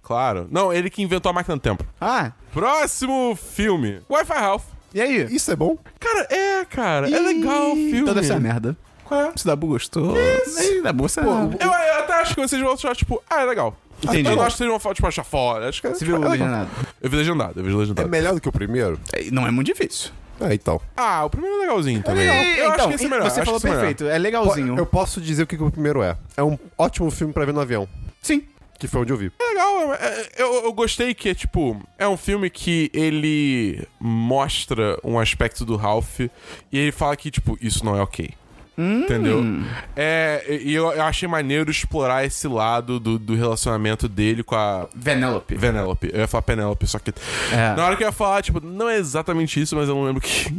S4: Claro. Não, ele que inventou a máquina do tempo.
S1: Ah,
S4: Próximo filme: Wi-Fi Ralph.
S1: e aí?
S3: Isso é bom?
S4: Cara, é, cara. É legal o filme.
S1: Toda essa merda.
S4: Qual é? Ah,
S1: Se o Dabu gostou. Isso. Dabu, você
S4: Eu, eu até acho que vocês vão achar, tipo, ah, é legal.
S1: Entendi.
S4: Eu não acho que vocês vão falar, tipo, achar fora. Acho que
S1: Você viu o
S4: é legal.
S1: legendado?
S4: Eu vi legendado, eu vi
S3: É
S4: legendado.
S3: melhor do que o primeiro?
S1: É, Não é muito difícil.
S3: Ah, então.
S4: Ah, o primeiro é legalzinho também.
S1: É,
S4: Eu acho
S1: então,
S4: que esse é melhor.
S1: Você
S4: acho
S1: falou
S4: que esse é melhor.
S1: perfeito. É legalzinho.
S3: Eu posso dizer o que, que o primeiro é. É um ótimo filme pra ver no avião,
S1: Sim.
S3: que foi onde eu vi.
S4: É legal, é- é- eu, eu gostei que é tipo. É um filme que ele mostra um aspecto do Ralph e ele fala que, tipo, isso não é ok.
S1: Hum.
S4: Entendeu? É, e eu, eu achei maneiro explorar esse lado do, do relacionamento dele com a.
S1: Venelope.
S4: Venelope. Eu ia falar Penélope, só que.
S1: É.
S4: Na hora que eu ia falar, tipo, não é exatamente isso, mas eu não lembro que.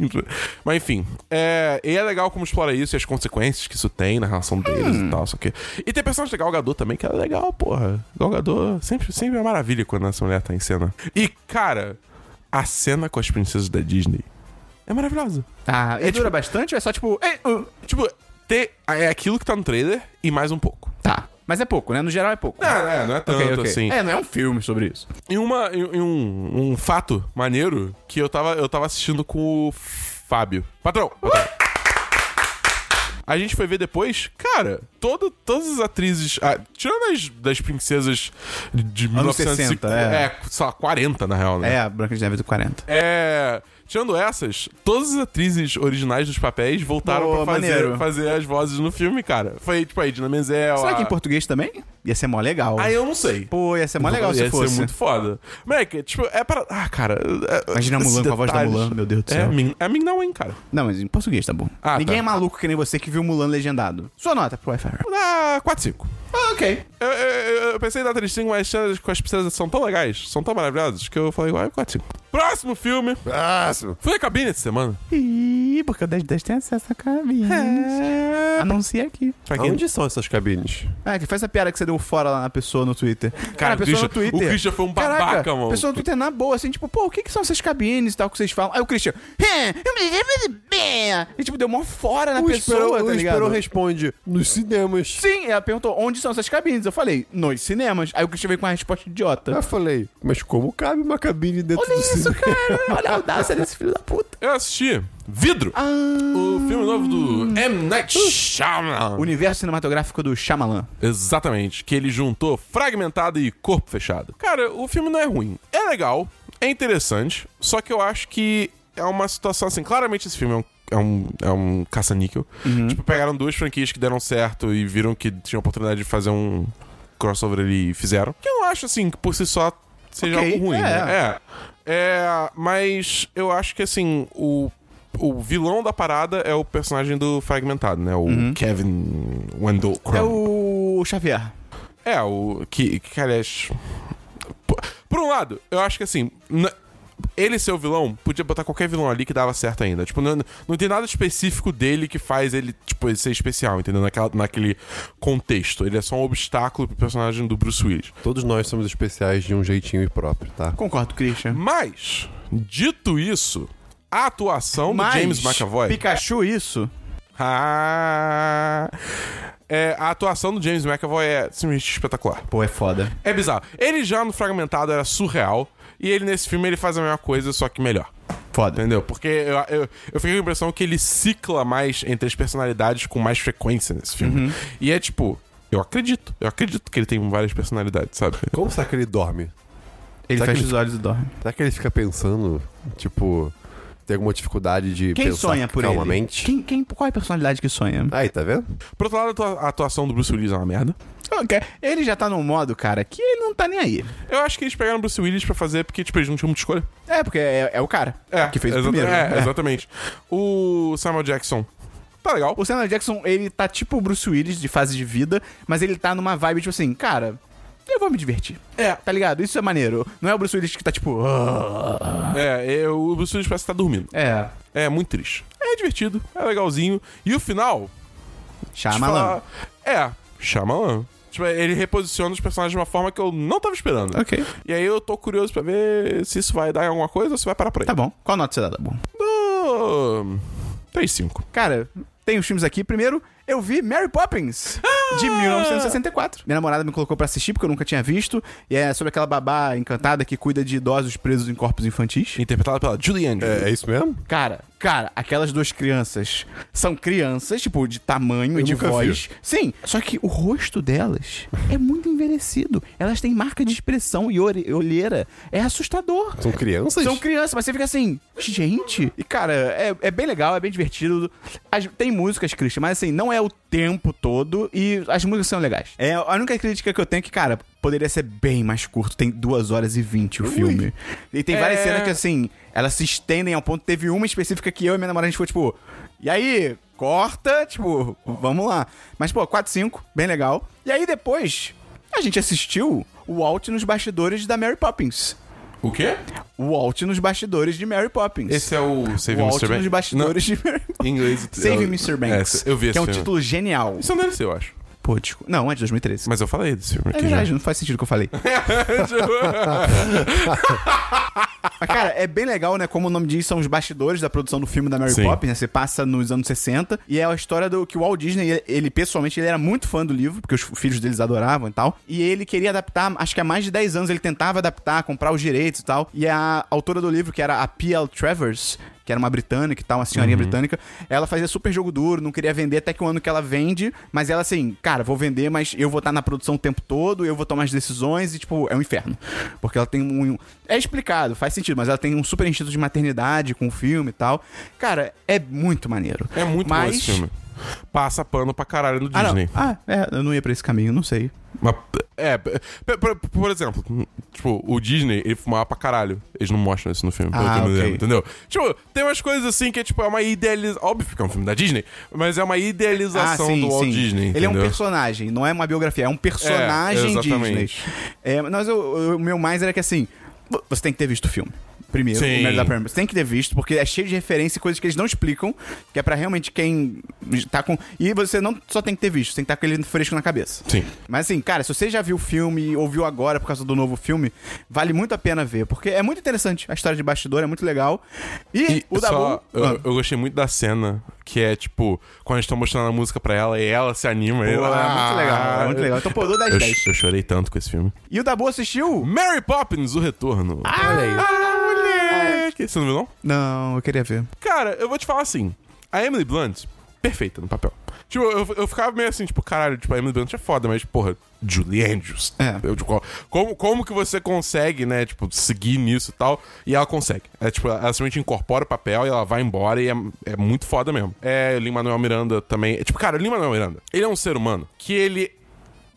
S4: mas enfim. É, e é legal como explora isso e as consequências que isso tem na relação deles e tal, só que. E tem personagem legal, Gadot também, que é legal, porra. Galgador sempre, sempre é uma maravilha quando essa mulher tá em cena. E, cara, a cena com as princesas da Disney é maravilhosa.
S1: Ah, e
S4: É,
S1: dura
S4: tipo-
S1: bastante ou é só tipo. "Ei, uh",
S4: Tipo, ter, é aquilo que tá no trailer e mais um pouco.
S1: Tá. Mas é pouco, né? No geral é pouco.
S4: Não, é, não é tanto
S1: Ok, ok.
S4: assim.
S1: É, não é um filme sobre isso.
S4: E, uma, e e um, um fato maneiro que eu tava, eu tava assistindo com o Fábio. Patrão! patrão. A gente foi ver depois, cara, todo, todas as atrizes, ah, tirando as das princesas de
S1: Anos
S4: 1960,
S1: 60, é.
S4: é, sei lá, 40 na real, né?
S1: É, a Branca de Neve do 40.
S4: É, Tirando essas, todas as atrizes originais dos papéis voltaram
S1: Pô,
S4: pra fazer,
S1: maneiro.
S4: fazer as vozes no filme, cara. Foi tipo aí, Dina Menzel.
S1: Será que é
S4: a-
S1: em português também? Ia ser mó legal.
S4: Aí eu não sei.
S1: Pô, ia ser mó legal se
S4: Ia
S1: fosse.
S4: ser muito foda. Moleque, tipo, é para. Ah, cara. é-
S1: Imagina a
S4: esses
S1: Mulan com a voz da
S4: detalhes.
S1: Mulan, meu Deus do
S4: É,
S1: céu.
S4: Ming- é Ming Na Wen, cara.
S1: Não, mas em português tá bom.
S4: Ah,
S1: Ninguém
S4: tá.
S1: é maluco que nem você que viu Mulan legendado. Sua nota pro Wi-Fi.
S4: Ah, 4-5.
S1: Ah, ok.
S4: Eu, eu- eu pensei em dar 3-5, mas as cenas com as princesas são tão legais, são tão maravilhosas, que eu falei, ah, 4-5. Próximo filme.
S3: Próximo.
S4: Fui à cabine essa semana.
S1: Ih, porque o 1010 tem acesso à cabine. Anuncia aqui.
S4: Pra quem-
S3: Onde são essas cabines?
S1: É. Ah, que faz essa piada que você deu fora lá na pessoa no Twitter. Cara, a pessoa
S4: o Christian-
S1: no Twitter.
S4: o Christian foi um
S1: Caraca,
S4: babaca, mano.
S1: A pessoa no Twitter na boa, assim, tipo, pô, o que, que são essas cabines e tal que vocês falam? Aí o Christian. "Hã, eu me lembro de bem." E tipo, deu mó fora na
S3: O
S1: pessoa,
S3: Esperon,
S1: tá
S3: o
S1: ligado?
S3: Esperon responde nos cinemas.
S1: Sim, ela perguntou onde são essas cabines. Eu falei, nos cinemas. Aí o Christian veio com uma resposta idiota.
S3: Eu falei, mas como cabe uma cabine dentro
S1: Olha
S3: do
S1: isso,
S3: cinema?
S1: cara. Olha a audácia desse filho da puta.
S4: Eu assisti Vidro,
S1: Ah.
S4: o filme novo do M. Night
S1: Uh.
S4: Shyamalan.
S1: Universo cinematográfico do Shyamalan.
S4: Exatamente, que ele juntou fragmentado e corpo fechado. Cara, o filme não é ruim. É legal, é interessante, só que eu acho que é uma situação assim. Claramente, esse filme é um. É um, é um caça-níquel.
S1: Uhum.
S4: Tipo, pegaram duas franquias que deram certo e viram que tinha oportunidade de fazer um crossover ali e fizeram. Que eu não acho, assim, que por si só seja
S1: Ok,
S4: algo ruim,
S1: é.
S4: né? É. É, mas eu acho que assim, o, o vilão da parada é o personagem do Fragmentado, né? O Kevin Wendell
S1: Uhum. É
S4: Crumb.
S1: o Xavier.
S4: É, o. Que, que aliás. Por, por um lado, eu acho que assim. na- ele ser o vilão, podia botar qualquer vilão ali que dava certo ainda. Tipo, não, não tem nada específico dele que faz ele, tipo, ele ser especial, entendeu? Naquela, naquele contexto. Ele é só um obstáculo pro personagem do Bruce Willis.
S3: Todos nós somos especiais de um jeitinho próprio, tá?
S1: Concordo, Christian.
S4: Mas, dito isso, a atuação do James McAvoy.
S1: Pikachu, isso.
S4: Ah, é, a atuação do James McAvoy é simplesmente espetacular.
S1: Pô, é foda.
S4: É bizarro. Ele já no Fragmentado era surreal. E ele nesse filme ele faz a mesma coisa, só que melhor.
S1: Foda.
S4: Entendeu? Porque eu, eu, eu fiquei com a impressão que ele cicla mais entre as personalidades com mais frequência nesse
S1: Uhum.
S4: filme. E é tipo, eu acredito. Eu acredito que ele tem várias personalidades, sabe?
S3: Como será que ele dorme?
S1: Ele
S3: Será
S1: fecha
S3: que-
S1: os olhos e dorme.
S3: Será que ele fica pensando, tipo, tem alguma dificuldade de
S1: Quem
S3: pensar
S1: sonha por ele?
S3: calmamente?
S1: Quem, quem, qual é a personalidade que sonha?
S3: Aí, tá vendo?
S4: Por outro lado, a atua- a atuação do Bruce Willis é uma merda.
S1: Ok. Ele já tá num modo, cara, que ele não tá nem aí.
S4: Eu acho que eles pegaram o Bruce Willis pra fazer porque, tipo, eles não tinham muita escolha.
S1: É, porque é, é o cara que fez o
S4: exata-
S1: primeiro.
S4: É,
S1: né?
S4: exatamente. O Samuel Jackson tá legal.
S1: O Samuel Jackson, ele tá tipo o Bruce Willis de fase de vida, mas ele tá numa vibe tipo assim, cara, eu vou me divertir.
S4: É.
S1: Tá ligado? Isso é maneiro. Não é o Bruce Willis que tá tipo. "Ah".
S4: É, é, o Bruce Willis parece que tá dormindo.
S1: É.
S4: É muito triste. É divertido, é legalzinho. E o final. te
S1: Chama
S4: falar- É, Shyamalan. Tipo, ele reposiciona os personagens de uma forma que eu não tava esperando.
S1: Ok.
S4: E aí eu tô curioso pra ver se isso vai dar em alguma coisa ou se vai parar por aí.
S1: Tá bom. Qual nota você dá, tá bom?
S4: Do... 3-5.
S1: Cara, tem os filmes aqui. Primeiro, eu vi Mary Poppins, de 1964. Minha namorada me colocou pra assistir, porque eu nunca tinha visto. E é sobre aquela babá encantada que cuida de idosos presos em corpos infantis.
S4: Interpretado pela Julie Andrews.
S3: É, é isso mesmo?
S1: Cara, cara, aquelas duas crianças são crianças, tipo, de tamanho e de
S3: nunca vi.
S1: voz. Sim, só que o rosto delas é muito envelhecido. Elas têm marca de expressão e ore- olheira. É assustador.
S3: São crianças?
S1: São crianças, mas você fica assim, gente. E, cara, é, é bem legal, é bem divertido. As- tem músicas, Christian, mas assim, não é o tempo todo e as músicas são legais. É, a única crítica que eu tenho é que, cara, poderia ser bem mais curto. Tem 2 horas e 20 o filme. E tem várias
S4: É.
S1: cenas que, assim, elas se estendem ao ponto. Teve uma específica que eu e minha namorada a gente foi tipo. E aí? corta, tipo, vamos lá. Mas, pô, 4, 5, bem legal. E aí depois, a gente assistiu o Walt nos bastidores da Mary Poppins.
S4: O quê?
S1: O Walt nos bastidores de Mary Poppins.
S4: Esse é o Save
S1: o
S4: Mr.
S1: Walt
S4: Banks.
S1: nos bastidores de Mary Poppins.
S4: Não, em inglês. é
S1: Save
S4: o-
S1: Mr. Banks.
S4: É, eu vi
S1: Que
S4: esse
S1: é um
S4: filme.
S1: título genial.
S4: Isso é um DLC, eu acho.
S1: Pô, desculpa. Não, é de 2013.
S4: Mas eu falei desse filme
S1: É
S4: aqui já.
S1: verdade, não faz sentido o que eu falei. Mas, cara, é bem legal, né? Como o nome diz, são os bastidores da produção do filme da Mary
S4: Sim.
S1: Poppins, né? Você passa nos anos 60. E é a história do que o Walt Disney, ele, ele, pessoalmente, ele era muito fã do livro, porque os filhos deles adoravam e tal. E ele queria adaptar, acho que há mais de 10 anos ele tentava adaptar, comprar os direitos e tal. E a autora do livro, que era a P.L. Travers, que era uma britânica e tal, uma senhorinha
S4: Uhum.
S1: britânica, ela fazia super jogo duro, não queria vender até que o ano que ela vende, mas ela assim, cara, vou vender, mas eu vou estar na produção o tempo todo, eu vou tomar as decisões e, tipo, é um inferno. Porque ela tem um. É explicado, faz sentido, mas ela tem um super instinto de maternidade com o filme e tal. Cara, é muito maneiro.
S4: É muito bom
S1: mas...
S4: esse filme. Passa pano pra caralho no
S1: Ah, não.
S4: Disney.
S1: ah, é, eu não ia pra esse caminho, não sei.
S4: Mas, é, p- p- por, por exemplo, tipo, o Disney, ele fumava pra caralho. Eles não mostram isso no filme, pelo
S1: Ah,
S4: que eu me
S1: ok.
S4: lembro, entendeu? Tipo, tem umas coisas assim que é, tipo, é uma idealização. Óbvio que é um filme da Disney, mas é uma idealização do Walt Disney,
S1: Ah, Ele é um
S4: entendeu?
S1: personagem, não é uma biografia, é um personagem Disney.
S4: exatamente.
S1: É, mas eu- eu- o meu mais era que assim, vo- você tem que ter visto o filme. Primeiro,
S4: Sim.
S1: o Mary da Prima. Você tem que ter visto, porque é cheio de referência e coisas que eles não explicam, que é pra realmente quem tá com. E você não só tem que ter visto, você tem que estar com ele fresco na cabeça.
S4: Sim.
S1: Mas assim, cara, se você já viu o filme ou viu agora por causa do novo filme, vale muito a pena ver, porque é muito interessante. A história de bastidor é muito legal. E,
S4: E
S1: o
S4: só,
S1: Dabu.
S4: eu,
S1: Ah.
S4: eu gostei muito da cena, que é, tipo, quando eles estão mostrando a música pra ela e ela se anima. e
S1: Pô,
S4: ela-
S1: é muito legal, é muito legal. Então, pô, eu dou 10
S4: Eu,
S1: 10.
S4: eu chorei tanto com esse filme.
S1: E o Dabu assistiu?
S4: Mary Poppins, o retorno.
S1: Ah,
S3: Olha aí.
S4: moleque! Você não viu, não?
S1: Não, eu queria ver.
S4: Cara, eu vou te falar assim. A Emily Blunt, perfeita no papel. Tipo, eu, eu ficava meio assim, tipo, caralho, tipo, a Emily Blunt é foda, mas, porra, Julie Andrews.
S1: É.
S4: Eu, tipo, como, como que você consegue, né, tipo, seguir nisso e tal? E ela consegue. É, tipo, ela simplesmente incorpora o papel e ela vai embora e é, é muito foda mesmo. É, o Lin-Manuel Miranda também. é, tipo, cara, o Lin-Manuel Miranda, ele é um ser humano que ele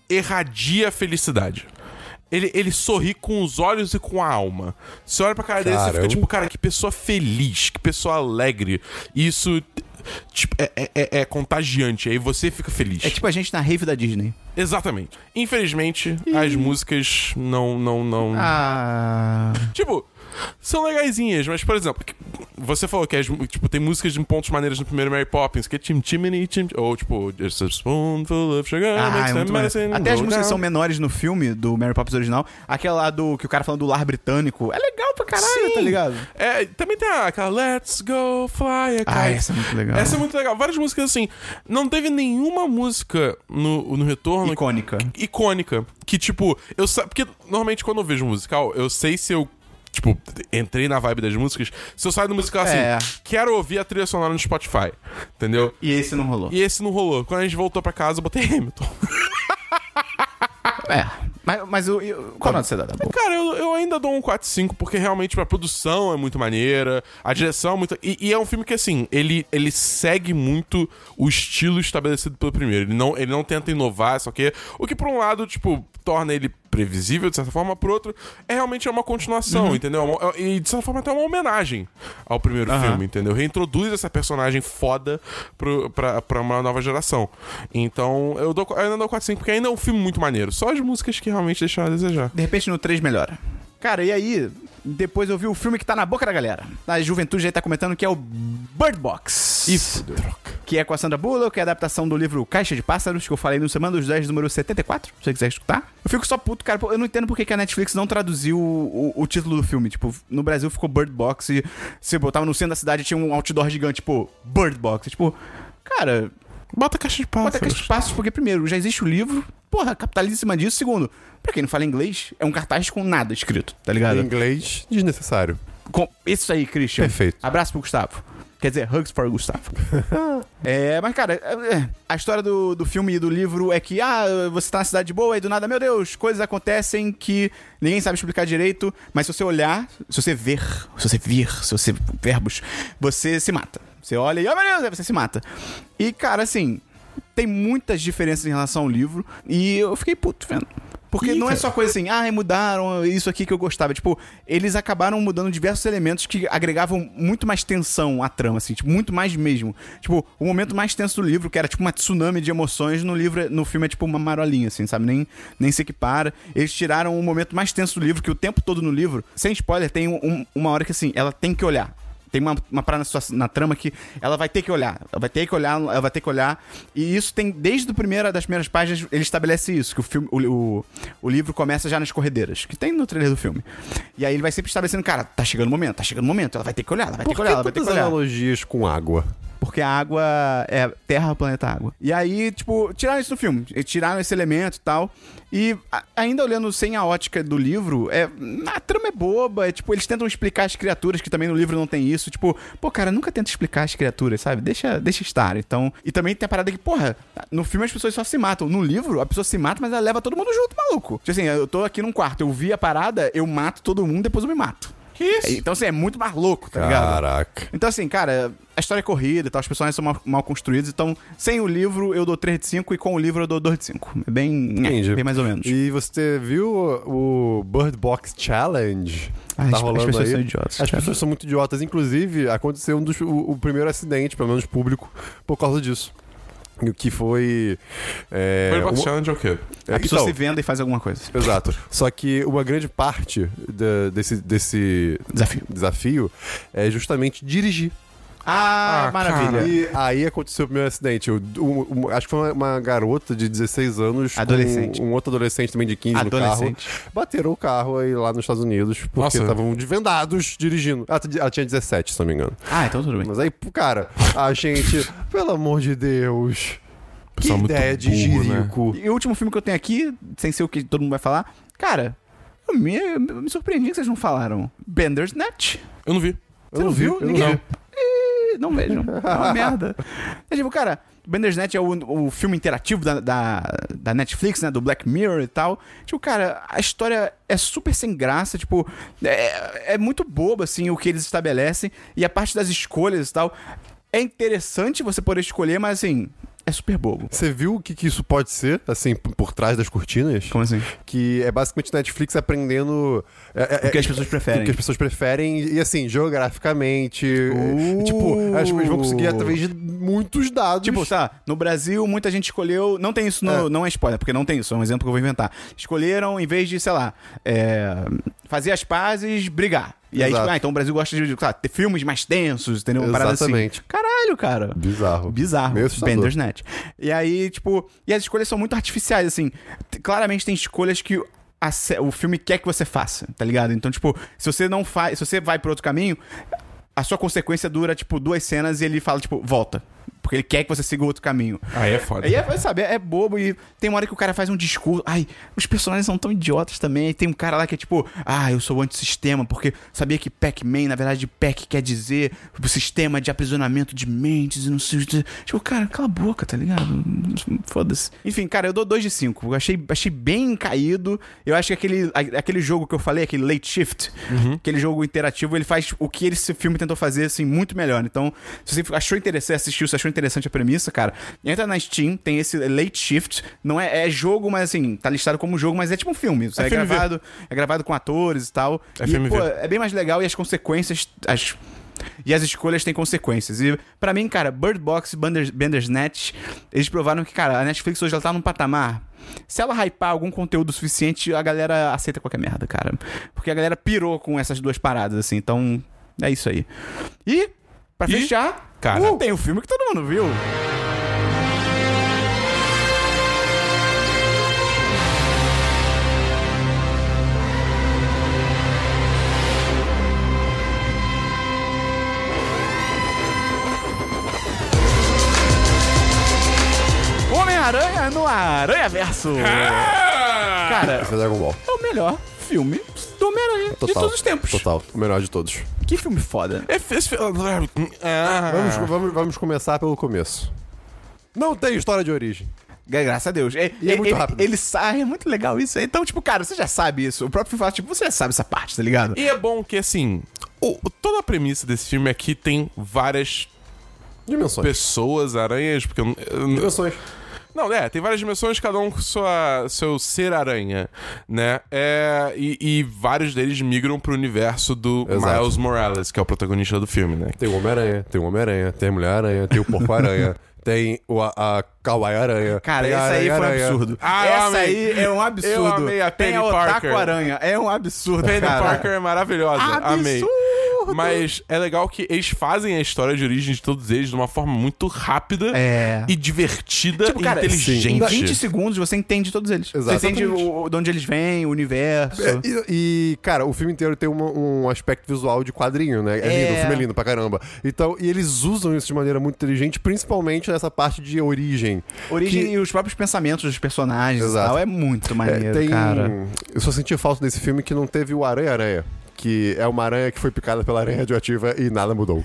S4: irradia a felicidade. Ele, ele sorri com os olhos e com a alma. Você olha pra cara dele e você
S3: Cara,
S4: fica
S3: eu-
S4: tipo, cara, que pessoa feliz, que pessoa alegre. E Isso tipo, é, é- é- é contagiante. Aí você fica feliz.
S1: É tipo a gente na rave da Disney.
S4: Exatamente. Infelizmente, as músicas não. não, não...
S1: Ah.
S4: Tipo, são legaisinhas, mas, por exemplo, que- você falou que as mu- tipo, tem músicas de pontos maneiras no primeiro Mary Poppins, que é Tim Timini, Tim. Ou tipo, Just a Spoonful of Sugar.
S1: Ah,
S4: makes
S1: é
S4: a
S1: muito maneiro.
S4: medicine
S1: Até as
S4: go
S1: músicas
S4: down.
S1: são menores no filme do Mary Poppins original. Aquela lá do que o cara falando do lar britânico. É legal pra caralho,
S4: Sim.
S1: tá ligado?
S4: É, também tem aquela Let's Go Fly a Kite.
S1: Ah, essa é muito legal.
S4: Essa é muito legal. Várias músicas assim. Não teve nenhuma música no, no retorno
S1: Icônica.
S4: icônica. Que, tipo, eu sa... Porque normalmente quando eu vejo um musical, eu sei se eu. Tipo, entrei na vibe das músicas. Se eu saio do musical assim,
S1: É.
S4: quero ouvir a trilha sonora no Spotify. Entendeu?
S1: E esse não rolou.
S4: E esse não rolou. Quando a gente voltou pra casa, eu botei Hamilton.
S1: É. Mas, mas o. o- Qual nota você dá, Dabu?
S4: Cara, eu, eu ainda dou um 4-5, porque realmente a produção é muito maneira, a direção é muito. E, e é um filme que, assim, ele, ele segue muito o estilo estabelecido pelo primeiro. Ele não, ele não tenta inovar, só que. O que, por um lado, tipo, torna ele previsível, de certa forma, por outro, é realmente uma continuação, entendeu? É uma- é- E, de certa forma, até uma homenagem ao primeiro filme, entendeu? Reintroduz essa personagem foda pro, pra, pra uma nova geração. Então, eu, dou, eu ainda dou 4-5, porque ainda é um filme muito maneiro. Só as músicas que realmente deixaram a desejar.
S1: De repente no 3 melhora. Cara, e aí, depois eu vi o filme que tá na boca da galera. A juventude aí tá comentando que é o Bird Box.
S4: Isso. Troca.
S1: que é com a Sandra Bullock, que é a adaptação do livro Caixa de Pássaros, que eu falei no Semana dos 10, número 74, se você quiser escutar. Eu fico só puto, cara, pô, eu não entendo porque que a Netflix não traduziu o, o- o título do filme. Tipo, no Brasil ficou Bird Box e você botava no centro da cidade tinha um outdoor gigante, tipo, Bird Box. Tipo, cara,
S4: Bota a caixa de
S1: bota
S4: pássaros.
S1: Caixa de Pássaros porque, primeiro, já existe o livro, porra, capitaliza em cima disso. Segundo, pra quem não fala inglês, é um cartaz com nada escrito, tá
S3: Em
S1: ligado?
S3: inglês, desnecessário.
S1: Com- Isso aí, Christian.
S3: Perfeito.
S1: Abraço pro Gustavo. Quer dizer, hugs for Gustavo. é, mas, cara, é, é, a história do, do filme e do livro é que, ah, você tá na cidade boa e do nada, meu Deus, coisas acontecem que ninguém sabe explicar direito, mas se você olhar, se você ver, se você vir, se você. verbos, você se mata. Você olha e, oh meu Deus, aí você se mata. E, cara, assim, tem muitas diferenças em relação ao livro e eu fiquei puto vendo. Porque
S4: Ih,
S1: não é
S4: cara.
S1: só coisa assim, ah, mudaram isso aqui que eu gostava. Tipo, eles acabaram mudando diversos elementos que agregavam muito mais tensão à trama, assim, tipo, muito mais mesmo. Tipo, o momento mais tenso do livro, que era tipo uma tsunami de emoções, no livro, é- no filme é tipo uma marolinha, assim, sabe? Nem, nem se equipara. Eles tiraram o momento mais tenso do livro, que o tempo todo no livro, sem spoiler, tem um- um- uma hora que assim, ela tem que olhar. Tem uma, uma parada na, sua- na trama que ela vai ter que olhar. Ela vai ter que olhar, ela vai ter que olhar. E isso tem, desde o primeira, das primeiras páginas, ele estabelece isso, que o filme. O, o, o livro começa já nas corredeiras, que tem no trailer do filme. E aí ele vai sempre estabelecendo, cara, tá chegando o momento, tá chegando o momento, ela vai ter que olhar, ela vai ter que
S3: Por que
S1: olhar, ela vai ter que
S3: tantas
S1: olhar.
S3: analogias com água?
S1: Porque a água é terra, planeta água. E aí, tipo, tiraram isso do filme. E Tiraram esse elemento e tal. E a- ainda olhando sem a ótica do livro, é, a trama é boba. É, tipo, eles tentam explicar as criaturas, que também no livro não tem isso. Tipo, pô, cara, nunca tenta explicar as criaturas, sabe? Deixa, deixa estar. Então. E também tem a parada que, porra, no filme as pessoas só se matam. No livro, a pessoa se mata, mas ela leva todo mundo junto, maluco. Tipo assim, eu tô aqui num quarto, eu vi a parada, eu mato todo mundo, depois eu me mato.
S4: Que isso?
S1: Então, assim, é muito mais louco, tá ligado?
S3: Caraca.
S1: Então, assim, cara, a história é corrida e tal, os personagens são mal, mal construídos, então, sem o livro eu dou 3 de 5 e com o livro eu dou 2 de 5. É bem.
S3: Entendi.
S1: É, bem mais ou menos.
S3: E você viu o o Bird Box Challenge? Tá
S1: Ah, as- as pessoas são idiotas,
S3: As
S1: cara.
S3: pessoas são muito idiotas. Inclusive, aconteceu um dos, o, o primeiro acidente, pelo menos público, por causa disso. E O que foi. é,
S4: Bird Box
S3: uma-
S4: Challenge é o quê?
S1: A pessoa
S3: então,
S1: se venda e faz alguma coisa.
S3: Exato. Só que uma grande parte da- desse, desse
S1: Desafio.
S3: desafio é justamente dirigir.
S1: Ah, né?
S4: Ah,
S1: maravilha.
S4: cara.
S3: E aí aconteceu o primeiro acidente. Eu- um- um- acho que foi uma, uma garota de 16 anos. com
S1: Adolescente.
S3: Um, outro adolescente também de 15
S1: Adolescente.
S3: no carro. Bateram o carro aí lá nos Estados Unidos porque
S4: Nossa.
S3: estavam de vendados dirigindo. Ela, t- ela tinha 17, se não me engano.
S1: Ah, então tudo bem.
S3: Mas aí, pô, cara, a gente. pelo amor de Deus. Que
S1: é
S4: Pessoal muito
S3: ideia de
S4: burro, né?
S3: jirico.
S1: E o último filme que eu tenho aqui, sem ser o que todo mundo vai falar, cara, eu me, eu me surpreendi que vocês não falaram. Bandersnatch.
S4: Eu não vi.
S3: Eu
S1: Você não viu?
S3: eu
S1: Ninguém-
S3: vi.
S1: Ih, Não vejam. É uma merda. É tipo, cara, Bandersnatch é o, o filme interativo da, da, da Netflix, né? Do Black Mirror e tal. Tipo, cara, a história é super sem graça. Tipo, é, é muito bobo, assim, o que eles estabelecem. E a parte das escolhas e tal. É interessante você poder escolher, mas, assim, é super bobo.
S3: Você viu o que, que isso pode ser, assim, p- por trás das cortinas?
S1: Como assim?
S3: Que é basicamente Netflix aprendendo. é- é-
S1: O que as pessoas preferem.
S3: O que as pessoas preferem, e assim, geograficamente.
S1: Uh.
S3: e, tipo, as pessoas vão conseguir através de muitos dados.
S1: Tipo, tá, no Brasil muita gente escolheu. Não tem isso no. Não é spoiler, porque não tem isso, é um exemplo que eu vou inventar. Escolheram, em vez de, sei lá, é, fazer as pazes, brigar. E aí,
S3: Exato.
S1: tipo, ah, então o Brasil gosta de tá, ter filmes mais tensos, entendeu? Uma parada assim.
S3: Exatamente.
S1: Caralho, cara.
S3: bizarro.
S1: Bizarro.
S3: Meio assustador.
S1: Bandersnet. E aí, tipo, e as escolhas são muito artificiais, assim. T- Claramente tem escolhas que a sé- o filme quer que você faça, tá ligado? Então, tipo, se você não faz, se você vai por outro caminho, a sua consequência dura, tipo, duas cenas e ele fala, tipo, volta. Porque ele quer que você siga o outro caminho.
S4: Aí é foda.
S1: Aí, é, sabe, é bobo e tem uma hora que o cara faz um discurso. Ai, os personagens são tão idiotas também. E tem um cara lá que é tipo, ah, eu sou antissistema, porque sabia que Pac-Man, na verdade, Pac quer dizer o sistema de aprisionamento de mentes e não sei. o que. Tipo, cara, cala a boca, tá ligado? Foda-se. Enfim, cara, eu dou 2 de 5. Eu Achei, achei bem caído. Eu acho que aquele, a- aquele jogo que eu falei, aquele Late Shift,
S4: Uhum.
S1: aquele jogo interativo, ele faz o que esse filme tentou fazer, assim, muito melhor. Então, se você achou interessante, assistiu, se achou interessante a premissa, cara, entra na Steam, tem esse Late Shift. Não é, é jogo, mas assim, tá listado como jogo, mas é tipo um filme. Isso
S4: É
S1: é,
S4: filme V.
S1: gravado, é gravado com atores e tal.
S4: É
S1: e,
S4: filme
S1: pô,
S4: V.
S1: é bem mais legal e as consequências. As... E as escolhas têm consequências. E pra mim, cara, Bird Box e Banders, Bandersnatch, eles provaram que, cara, a Netflix hoje ela tá num patamar. Se ela hypar algum conteúdo suficiente, a galera aceita qualquer merda, cara. Porque a galera pirou com essas duas paradas, assim. Então, é isso aí. E, pra
S4: E,
S1: fechar,
S4: cara-
S1: uh, tem o filme que todo mundo viu. Homem-Aranha no Aranha Verso.
S4: Ah!
S1: Cara,
S3: Esse é Dragon Ball.
S1: é o melhor filme do Homem-Aranha de
S3: Total.
S1: todos os tempos.
S3: Total. O melhor de todos.
S1: Que filme foda.
S4: É fe- esse- Ah.
S3: Vamos, vamos, vamos começar pelo começo. Não tem história de origem.
S1: Gra- Graças a Deus. É,
S3: E é muito
S1: ele,
S3: rápido.
S1: Ele sai, é muito legal isso. Então, tipo, cara, você já sabe isso. O próprio filme fala, tipo, você já sabe essa parte, tá ligado?
S4: E é bom que, assim, o- o- toda a premissa desse filme aqui tem várias
S3: Dimensões.
S4: pessoas, aranhas, porque eu, eu,
S3: Dimensões.
S4: Não, é, tem várias dimensões, cada um com sua, seu ser aranha, né? É, e, e vários deles migram pro universo do
S3: Exato.
S4: Miles Morales, que é o protagonista do filme, né?
S3: Tem o Homem-Aranha, tem o Homem-Aranha, tem a Mulher-Aranha, tem o Porco-Aranha, tem o, a, a Kawaii-Aranha.
S1: Cara,
S3: tem a
S1: esse aí foi um
S3: Aranha-Aranha.
S1: absurdo.
S4: Ah, eu
S1: Essa
S4: amei.
S1: aí é um
S4: Eu
S1: absurdo.
S4: amei a
S1: Tem
S4: Penny
S1: a
S4: Parker.
S1: Otaku Aranha. É um absurdo,
S4: Penny
S1: cara.
S4: Parker é maravilhosa. Amei.
S1: Absurdo.
S4: Mas é legal que eles fazem a história de origem de todos eles de uma forma muito rápida
S1: É.
S4: e divertida
S1: Tipo,
S4: e
S1: cara, em
S4: inteligente.
S1: 20 segundos você entende todos eles. Você
S3: Exatamente.
S1: entende o, de onde eles vêm, o universo.
S3: É, e, e, cara, o filme inteiro tem uma- um aspecto visual de quadrinho, né? É lindo,
S1: É.
S3: o filme é lindo pra caramba. Então, e eles usam isso de maneira muito inteligente, principalmente nessa parte de origem.
S1: Origem
S3: Que-
S1: e os próprios pensamentos dos personagens
S3: Exato.
S1: e tal. É muito
S3: É,
S1: maneiro,
S3: tem-
S1: cara.
S3: Eu só senti falta desse filme que não teve o Aranha-Aranha. Que é uma aranha que foi picada pela aranha radioativa e nada mudou.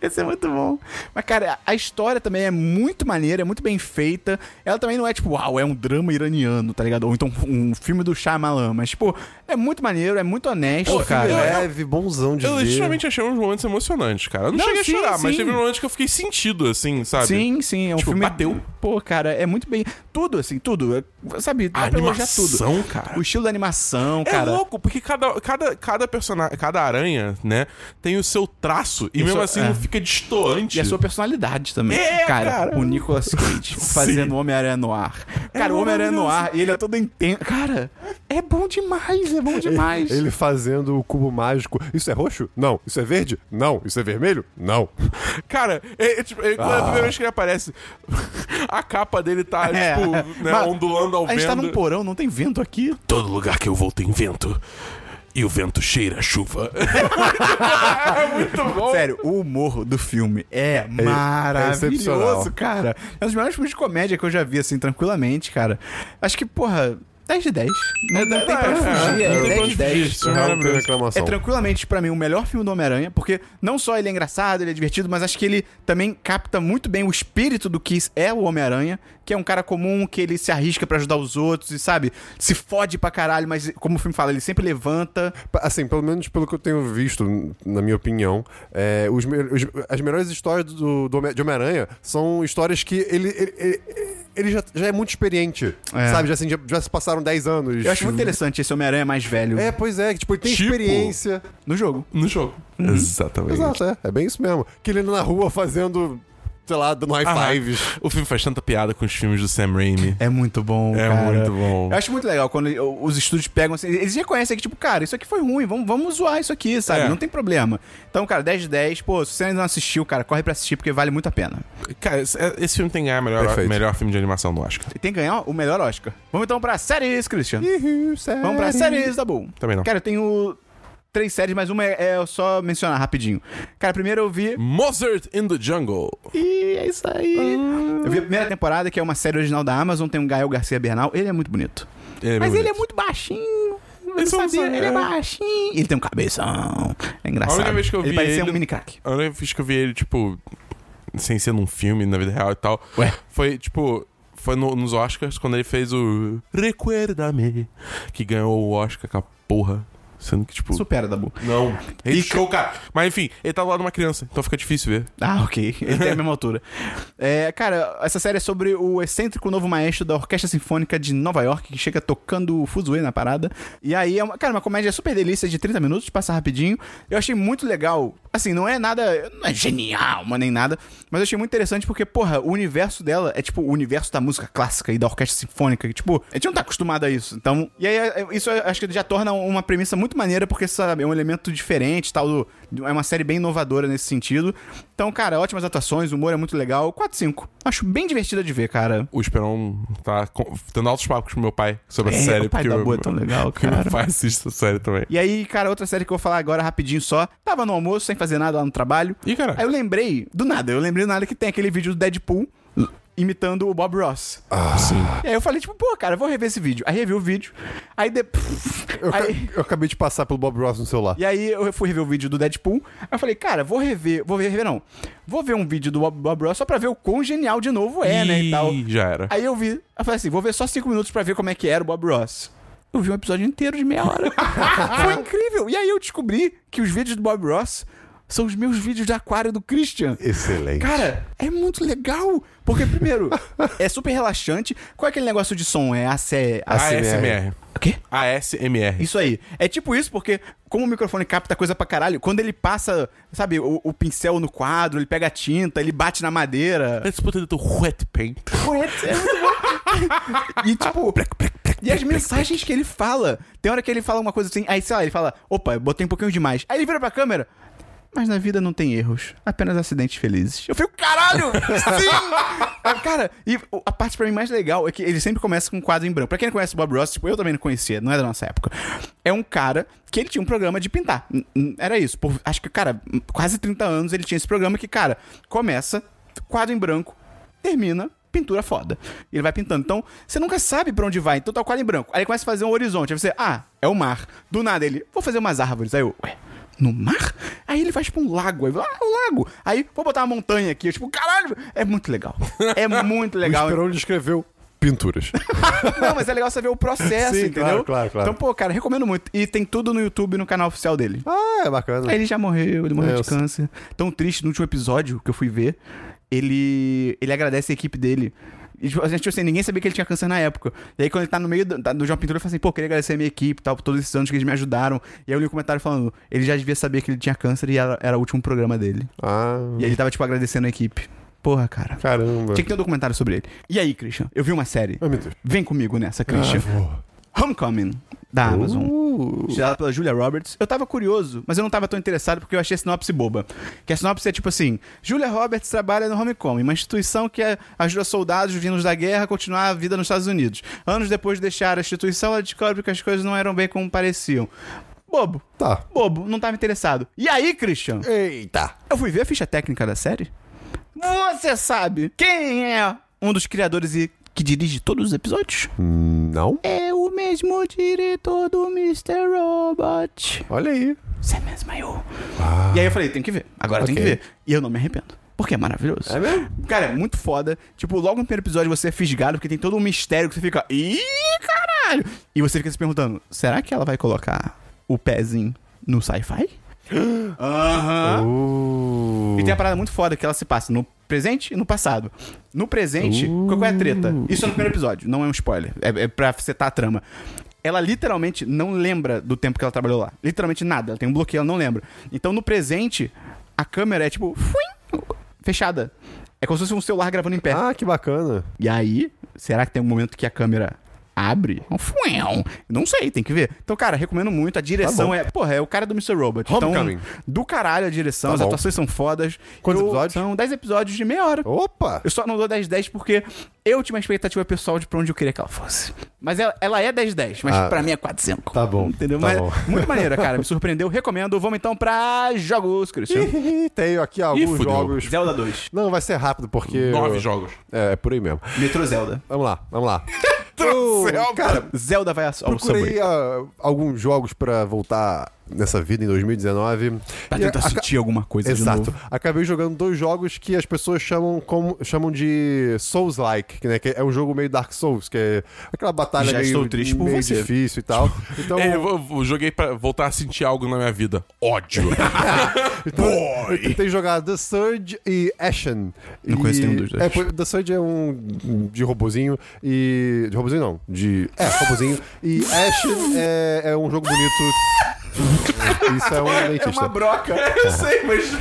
S1: Esse é muito bom. Mas, cara, a história também é muito maneira, é muito bem feita. Ela também não é tipo, uau, é um drama iraniano, tá ligado? Ou então um filme do Shyamalan. Mas, tipo, é muito maneiro, é muito honesto,
S4: Pô,
S1: cara.
S4: filme é-
S3: Leve, bonzão de
S4: Eu
S3: ver.
S4: legitimamente achei uns momentos emocionantes, cara. Eu não,
S1: Não,
S4: cheguei
S1: sim,
S4: a chorar, mas
S1: sim.
S4: teve um momento que eu fiquei sentido, assim, sabe?
S1: Sim, sim, é um
S4: Tipo,
S1: filme.
S4: bateu.
S1: Pô, cara, é muito bem. Tudo, assim, tudo. É- Sabe,
S4: A
S1: dá pra elogiar tudo.
S4: animação, cara.
S1: O estilo da animação,
S4: É
S1: cara.
S4: louco, porque cada, cada, cada personagem, cada aranha, né, tem o seu traço e
S1: Isso,
S4: mesmo assim
S1: é.
S4: não fica destoante.
S1: E a sua personalidade também.
S4: É, cara.
S1: o Nicolas Cage fazendo Homem-Aranha no ar. Cara, o Homem-Aranha no ar, ele é todo intenso. Cara, é bom demais, é bom demais.
S3: Ele fazendo o cubo mágico. Isso é roxo? Não. Isso é verde? Não. Isso é vermelho? Não.
S4: Cara, é, é, tipo, é, quando é a primeira vez que ele aparece, a capa dele tá,
S1: É.
S4: tipo, né,
S1: Mas
S4: ondulando ao
S1: A gente tá
S4: vento.
S1: num porão, não tem vento aqui.
S4: Todo lugar que eu vou tem vento. E o vento cheira a chuva. é muito bom.
S1: Sério, o humor do filme é, maravilhoso,
S3: excepcional.
S1: cara. É um dos melhores filmes de comédia que eu já vi, assim, tranquilamente, cara. Acho que, porra, 10 de 10. Não, não tem pra onde fugir,
S4: é,
S1: é 10
S4: não tem pra onde
S1: de
S4: fugir,
S1: 10.
S4: isso é
S3: Não tem
S4: maravilhoso.
S1: É
S3: reclamação.
S1: tranquilamente, pra mim, o melhor filme do Homem-Aranha, porque não só ele é engraçado, ele é divertido, mas acho que ele também capta muito bem o espírito do que é o Homem-Aranha, que é um cara comum, que ele se arrisca pra ajudar os outros e, sabe, se fode pra caralho, mas, como o filme fala, ele sempre levanta.
S3: Pa- Assim, pelo menos pelo que eu tenho visto, n- na minha opinião, é, os me- os- as melhores histórias do, do Home- de Homem-Aranha são histórias que ele, ele, ele- ele já, já é muito experiente,
S1: É.
S3: sabe? Já, assim, já, já se passaram 10 anos.
S1: Eu acho muito interessante esse Homem-Aranha mais velho
S3: É, pois é, que, tipo, ele tem
S4: Tipo-
S3: experiência.
S1: no jogo.
S4: No jogo. Exatamente.
S3: Exato, é, é bem isso mesmo. Que ele na rua fazendo, sei lá, dando high
S4: Ah,
S3: fives.
S4: O filme faz tanta piada com os filmes do Sam Raimi.
S1: É muito bom,
S4: É
S1: cara.
S4: muito bom.
S1: Eu acho muito legal quando ele- os estúdios pegam assim, eles reconhecem que, tipo, cara, isso aqui foi ruim, vamos, vamos zoar isso aqui, sabe?
S4: É.
S1: Não tem problema. Então, cara, 10 de 10, pô, se você ainda não assistiu, cara, corre pra assistir porque vale muito a pena.
S4: Cara, esse, esse filme tem que ganhar melhor,
S3: Perfeito.
S4: melhor filme de animação do Oscar.
S1: E tem que ganhar o melhor Oscar. Vamos então pra séries, Christian. Vamos pra séries, tá bom.
S4: Também não.
S1: Cara, eu tenho três séries, mas uma é, é só mencionar rapidinho. Cara, primeiro eu vi.
S4: Mozart in the Jungle.
S1: Ih, é isso aí. Eu vi a primeira temporada, que é uma série original da Amazon, tem um Gael Garcia Bernal, ele é muito bonito. Mas ele é muito baixinho. Eu não
S4: Esse eu não
S1: sabia,
S4: sabia.
S1: ele é baixinho. Ele tem um cabeção. É engraçado.
S4: A única vez que eu vi
S1: ele parecia
S4: ele-
S1: um mini crack.
S4: A única vez que eu vi ele, tipo, sem ser num filme, na vida real e tal,
S1: Ué.
S4: foi, tipo, foi no- nos Oscars, quando ele fez o Recuerda-me, que ganhou o Oscar com a porra. Sendo que, tipo...
S1: Supera, Dabu.
S4: Não. Ele
S1: E-
S4: show, cara. Mas, enfim, ele tá do lado de uma criança, então fica difícil ver.
S1: Ah, ok. Ele tem a mesma altura. É, cara, essa série é sobre o excêntrico novo maestro da Orquestra Sinfônica de Nova York, que chega tocando o fuzuê na parada. E aí, é uma, cara, uma comédia super delícia de 30 minutos, passa rapidinho. Eu achei muito legal. Assim, não é nada... Não é genial, mas nem nada. Mas eu achei muito interessante porque, porra, o universo dela é tipo o universo da música clássica e da orquestra sinfônica. Que, tipo, a gente não tá acostumado a isso. Então, e aí, é- é- isso eu acho que já torna uma premissa muito maneira, porque sabe, é um elemento diferente, tal. do- é uma série bem inovadora nesse sentido. Então, cara, ótimas atuações, o humor é muito legal. 4-5. Acho bem divertida de ver, cara.
S4: O Esperon tá com- tendo altos papos com meu pai sobre a
S1: É,
S4: série.
S1: o pai
S4: porque
S1: da
S4: meu-
S1: boa é tão legal,
S4: porque
S1: cara.
S4: meu pai assiste a série também.
S1: E aí, cara, outra série que eu vou falar agora rapidinho só. Tava no almoço, sem fazer nada lá no trabalho.
S4: Ih, cara.
S1: Aí eu lembrei, do nada, eu lembrei do nada que tem aquele vídeo do Deadpool imitando o Bob Ross.
S3: Ah,
S4: Sim.
S1: E aí eu falei, tipo, pô, cara, eu vou rever esse vídeo. Aí revi o vídeo. Aí depois.
S3: Eu, ca-
S1: aí-
S3: eu acabei de passar pelo Bob Ross no celular.
S1: E aí eu fui rever o vídeo do Deadpool. Aí eu falei, cara, vou rever. Vou rever, não. Vou ver um vídeo do Bob, Bob Ross só pra ver o quão genial de novo é, né? E tal.
S4: Já era.
S1: Aí eu vi. Eu falei assim, vou ver só cinco minutos pra ver como é que era o Bob Ross. Eu vi um episódio inteiro de meia hora. Foi incrível. E aí eu descobri que os vídeos do Bob Ross são os meus vídeos de aquário do Christian.
S3: Excelente.
S1: Cara, é muito legal. Porque, primeiro, é super relaxante. Qual é aquele negócio de som? É AC...
S4: Ah, ASMR.
S1: O quê?
S4: ASMR.
S1: Isso aí. É tipo isso, porque como o microfone capta coisa pra caralho, quando ele passa, sabe, o, o pincel no quadro, ele pega a tinta, ele bate na madeira.
S4: Let's put a little wet paint.
S1: É muito bom. E tipo. E as mensagens que ele fala. Tem hora que ele fala uma coisa assim, aí sei lá, ele fala: opa, eu botei um pouquinho demais. Aí ele vira pra câmera. Mas na vida não tem erros, apenas acidentes felizes. Eu fico, caralho! Sim! Ah, Cara, e o- a parte pra mim mais legal é que ele sempre começa com um quadro em branco. Pra quem não conhece o Bob Ross, tipo, eu também não conhecia, não é da nossa época. É um cara que ele tinha um programa de pintar. N- n- Era isso. Por- acho que, cara, quase 30 anos ele tinha esse programa que, cara, começa, quadro em branco, termina, pintura foda. E ele vai pintando. Então, você nunca sabe pra onde vai. Então tá o quadro em branco. Aí ele começa a fazer um horizonte. Aí você, ah, é o mar. Do nada ele, vou fazer umas árvores. Aí eu, ué. No mar? Aí ele faz pra um lago. Aí, eu, ah, um lago. Aí, vou botar uma montanha aqui. Eu, tipo, caralho, é muito legal. É muito
S3: O
S1: legal.
S3: Esperon descreveu pinturas.
S1: Não, mas é legal você ver o processo,
S3: Sim,
S1: entendeu?
S3: claro, claro, claro.
S1: Então, pô, cara, recomendo muito. E tem tudo no YouTube, no canal oficial dele.
S3: ah, é bacana.
S1: Aí ele já morreu, ele morreu
S3: É, eu
S1: de
S3: sei.
S1: câncer. Tão triste, no último episódio que eu fui ver, ele ele agradece a equipe dele. E, tipo, a gente, tipo assim, ninguém sabia que ele tinha câncer na época. E aí, quando ele tá no meio do, da- do João Pintura, ele fala assim: pô, queria agradecer a minha equipe e tal, por todos esses anos que eles me ajudaram. E aí eu li um comentário falando: ele já devia saber que ele tinha câncer e era, era o último programa dele.
S3: Ah,
S1: E aí ele tava, tipo, agradecendo a equipe. Porra, cara.
S3: caramba.
S1: Tinha que ter um documentário sobre ele. E aí, Christian? Eu vi uma série.
S3: Ah, meu Deus.
S1: Vem comigo nessa, Christian. Homecoming, da Amazon. Tirada pela Julia Roberts. Eu tava curioso, mas eu não tava tão interessado porque eu achei a sinopse boba. Que a sinopse é tipo assim: Julia Roberts trabalha no Homecoming, uma instituição que é- ajuda soldados vindos da guerra a continuar a vida nos Estados Unidos. Anos depois de deixar a instituição, ela descobre que as coisas não eram bem como pareciam. Bobo.
S3: Tá.
S1: Bobo, não tava interessado. E aí, Christian?
S3: Eita.
S1: Eu fui ver a ficha técnica da série. Você sabe quem é um dos criadores e que dirige todos os episódios?
S3: Não?
S1: É o mesmo diretor do Mr. Robot.
S3: Olha aí.
S1: Você mesmo eu. E aí eu falei, tem que ver. Agora tem que
S3: Ah. Ok.
S1: ver. E eu não me arrependo. Porque é maravilhoso.
S3: É mesmo?
S1: Cara, é muito foda. Tipo, logo no primeiro episódio você é fisgado, porque tem todo um mistério que você fica. Ih, caralho! E você fica se perguntando: será que ela vai colocar o pezinho no sci-fi? Aham.
S3: Uh.
S1: E tem uma parada muito foda que ela se passa no presente e no passado. No presente, qual é a treta? Isso é no primeiro episódio, não é um spoiler. É, é pra setar a trama. Ela literalmente não lembra do tempo que ela trabalhou lá. Literalmente nada. Ela tem um bloqueio, ela não lembra. Então no presente, a câmera é tipo. fuim, fechada. É como se fosse um celular gravando em pé.
S3: Ah, que bacana.
S1: E aí, será que tem um momento que a câmera abre? Um fuéu. Não sei, tem que ver. Então, cara, recomendo muito. A direção
S3: Tá bom.
S1: é. Porra, é o cara do Mr. Robot.
S3: Homecoming.
S1: Então, do caralho a direção,
S3: Tá
S1: as
S3: bom.
S1: atuações são fodas.
S3: Quantos
S1: Eu-
S3: episódios?
S1: São 10 episódios de meia hora.
S3: Opa!
S1: Eu só não dou 10-10 porque eu tinha uma expectativa pessoal de pra onde eu queria que ela fosse. Mas ela, ela é 10-10, mas
S3: Ah.
S1: pra mim é 4-5.
S3: Tá bom,
S1: Entendeu?
S3: tá
S1: mas é
S3: bom.
S1: muito maneira, cara. Me surpreendeu. Recomendo. Vamos então pra jogos, Cristian.
S3: Ih, Tenho aqui alguns
S4: fudeu.
S3: jogos.
S1: Zelda 2.
S3: Não, vai ser rápido, porque.
S4: Nove jogos.
S3: É, é por aí mesmo.
S1: Metro Zelda. Uh,
S3: Vamos lá, vamos lá. Uh,
S4: Zelda.
S3: cara,
S1: Zelda vai ao ao Subway.
S3: procurei ah, alguns jogos pra voltar nessa vida em 2019.
S1: Pra
S3: E
S1: tentar
S3: aca-
S1: sentir alguma coisa de um
S3: Exato.
S1: novo.
S3: Acabei jogando dois jogos que as pessoas chamam como chamam de Souls-like, que, né, que é um jogo meio Dark Souls, que é aquela batalha
S1: Já
S3: meio,
S1: estou triste por
S3: meio
S1: você.
S3: difícil e tal. Então,
S4: É, eu, eu joguei pra voltar a sentir algo na minha vida. Ódio.
S3: Então, eu tentei jogar The Surge e Ashen.
S1: Não
S3: E-
S1: conheço nenhum dos dois.
S3: É, pois- The Surge é um de robozinho e... De robozinho não, de... É, robozinho. E Ashen é, é um jogo bonito. Isso é um
S1: É uma
S3: dentista.
S1: broca. Eu sei, mas.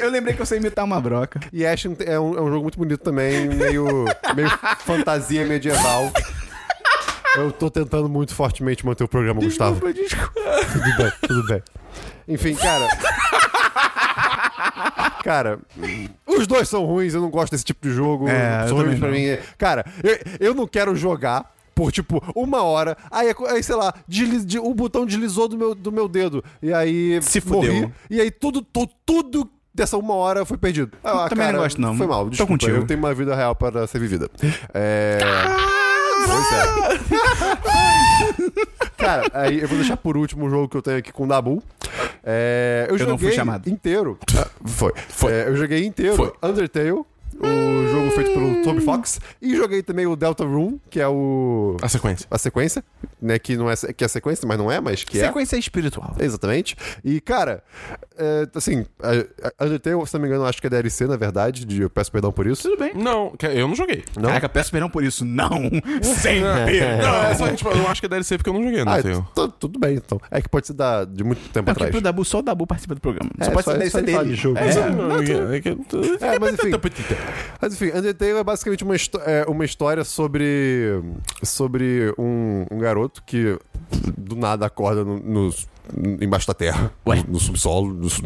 S1: Eu lembrei que eu sei imitar uma broca.
S3: E Ashen é um, é um jogo muito bonito também, meio, meio fantasia medieval. Eu tô tentando muito fortemente manter o programa, Gustavo.
S1: Desculpa, desculpa.
S3: Tudo bem, tudo bem. Enfim, cara. Cara, os dois são ruins, eu não gosto desse tipo de jogo.
S1: É, eu
S3: são ruins
S1: também
S3: pra
S1: não.
S3: mim. é- Cara, eu, eu não quero jogar por tipo uma hora. Aí, é co- aí sei lá, desli- de- o botão deslizou do meu, do meu dedo. E aí.
S1: Se fudeu.
S3: e aí tudo, tu- tudo dessa uma hora foi perdido. Ah,
S1: também não gosto, não.
S3: Foi mal,
S1: Tô
S3: desculpa.
S1: contigo.
S3: Eu tenho uma vida real para ser vivida. É. Pois é. Cara, aí eu vou deixar por último o jogo que eu tenho aqui com o Dabu. É, eu,
S1: Eu
S3: joguei
S1: não fui chamado.
S3: inteiro. Ah, Foi.
S4: Foi.
S3: É, eu joguei inteiro
S4: Foi.
S3: Undertale, o jogo jogo feito pelo Toby Fox. E joguei também o Delta Room, que é o.
S4: A sequência.
S3: a sequência, né? Que não é que é sequência, mas não é, mas que
S1: Sequência espiritual.
S3: é. Exatamente. E, cara, é, assim, a- a Undertale, se não me engano, acho que é DLC, na verdade. de- eu peço perdão por isso.
S1: Tudo bem.
S4: Não, que- eu não joguei.
S3: Não?
S1: Caraca, peço perdão por isso. Não! Sempre!
S4: Não, é só que, tipo, eu acho que é DLC porque eu não joguei, não
S3: Ah,
S4: tenho.
S3: tu- tudo bem, então. É que pode ser da, de muito tempo
S1: É porque
S3: atrás.
S1: pro Dabu, só o Dabu participa do programa. Só
S3: É,
S1: pode
S3: só-
S1: ser DLC
S3: só ele fala
S1: dele.
S3: de jogo. Mas
S1: É.
S3: eu É, mas enfim.
S4: Não,
S3: Mas enfim, Undertale é basicamente uma, histó- é, uma história sobre. sobre um, um garoto que do nada acorda no- nos- embaixo da terra,
S1: Ué?
S3: no, no subsolo, no su-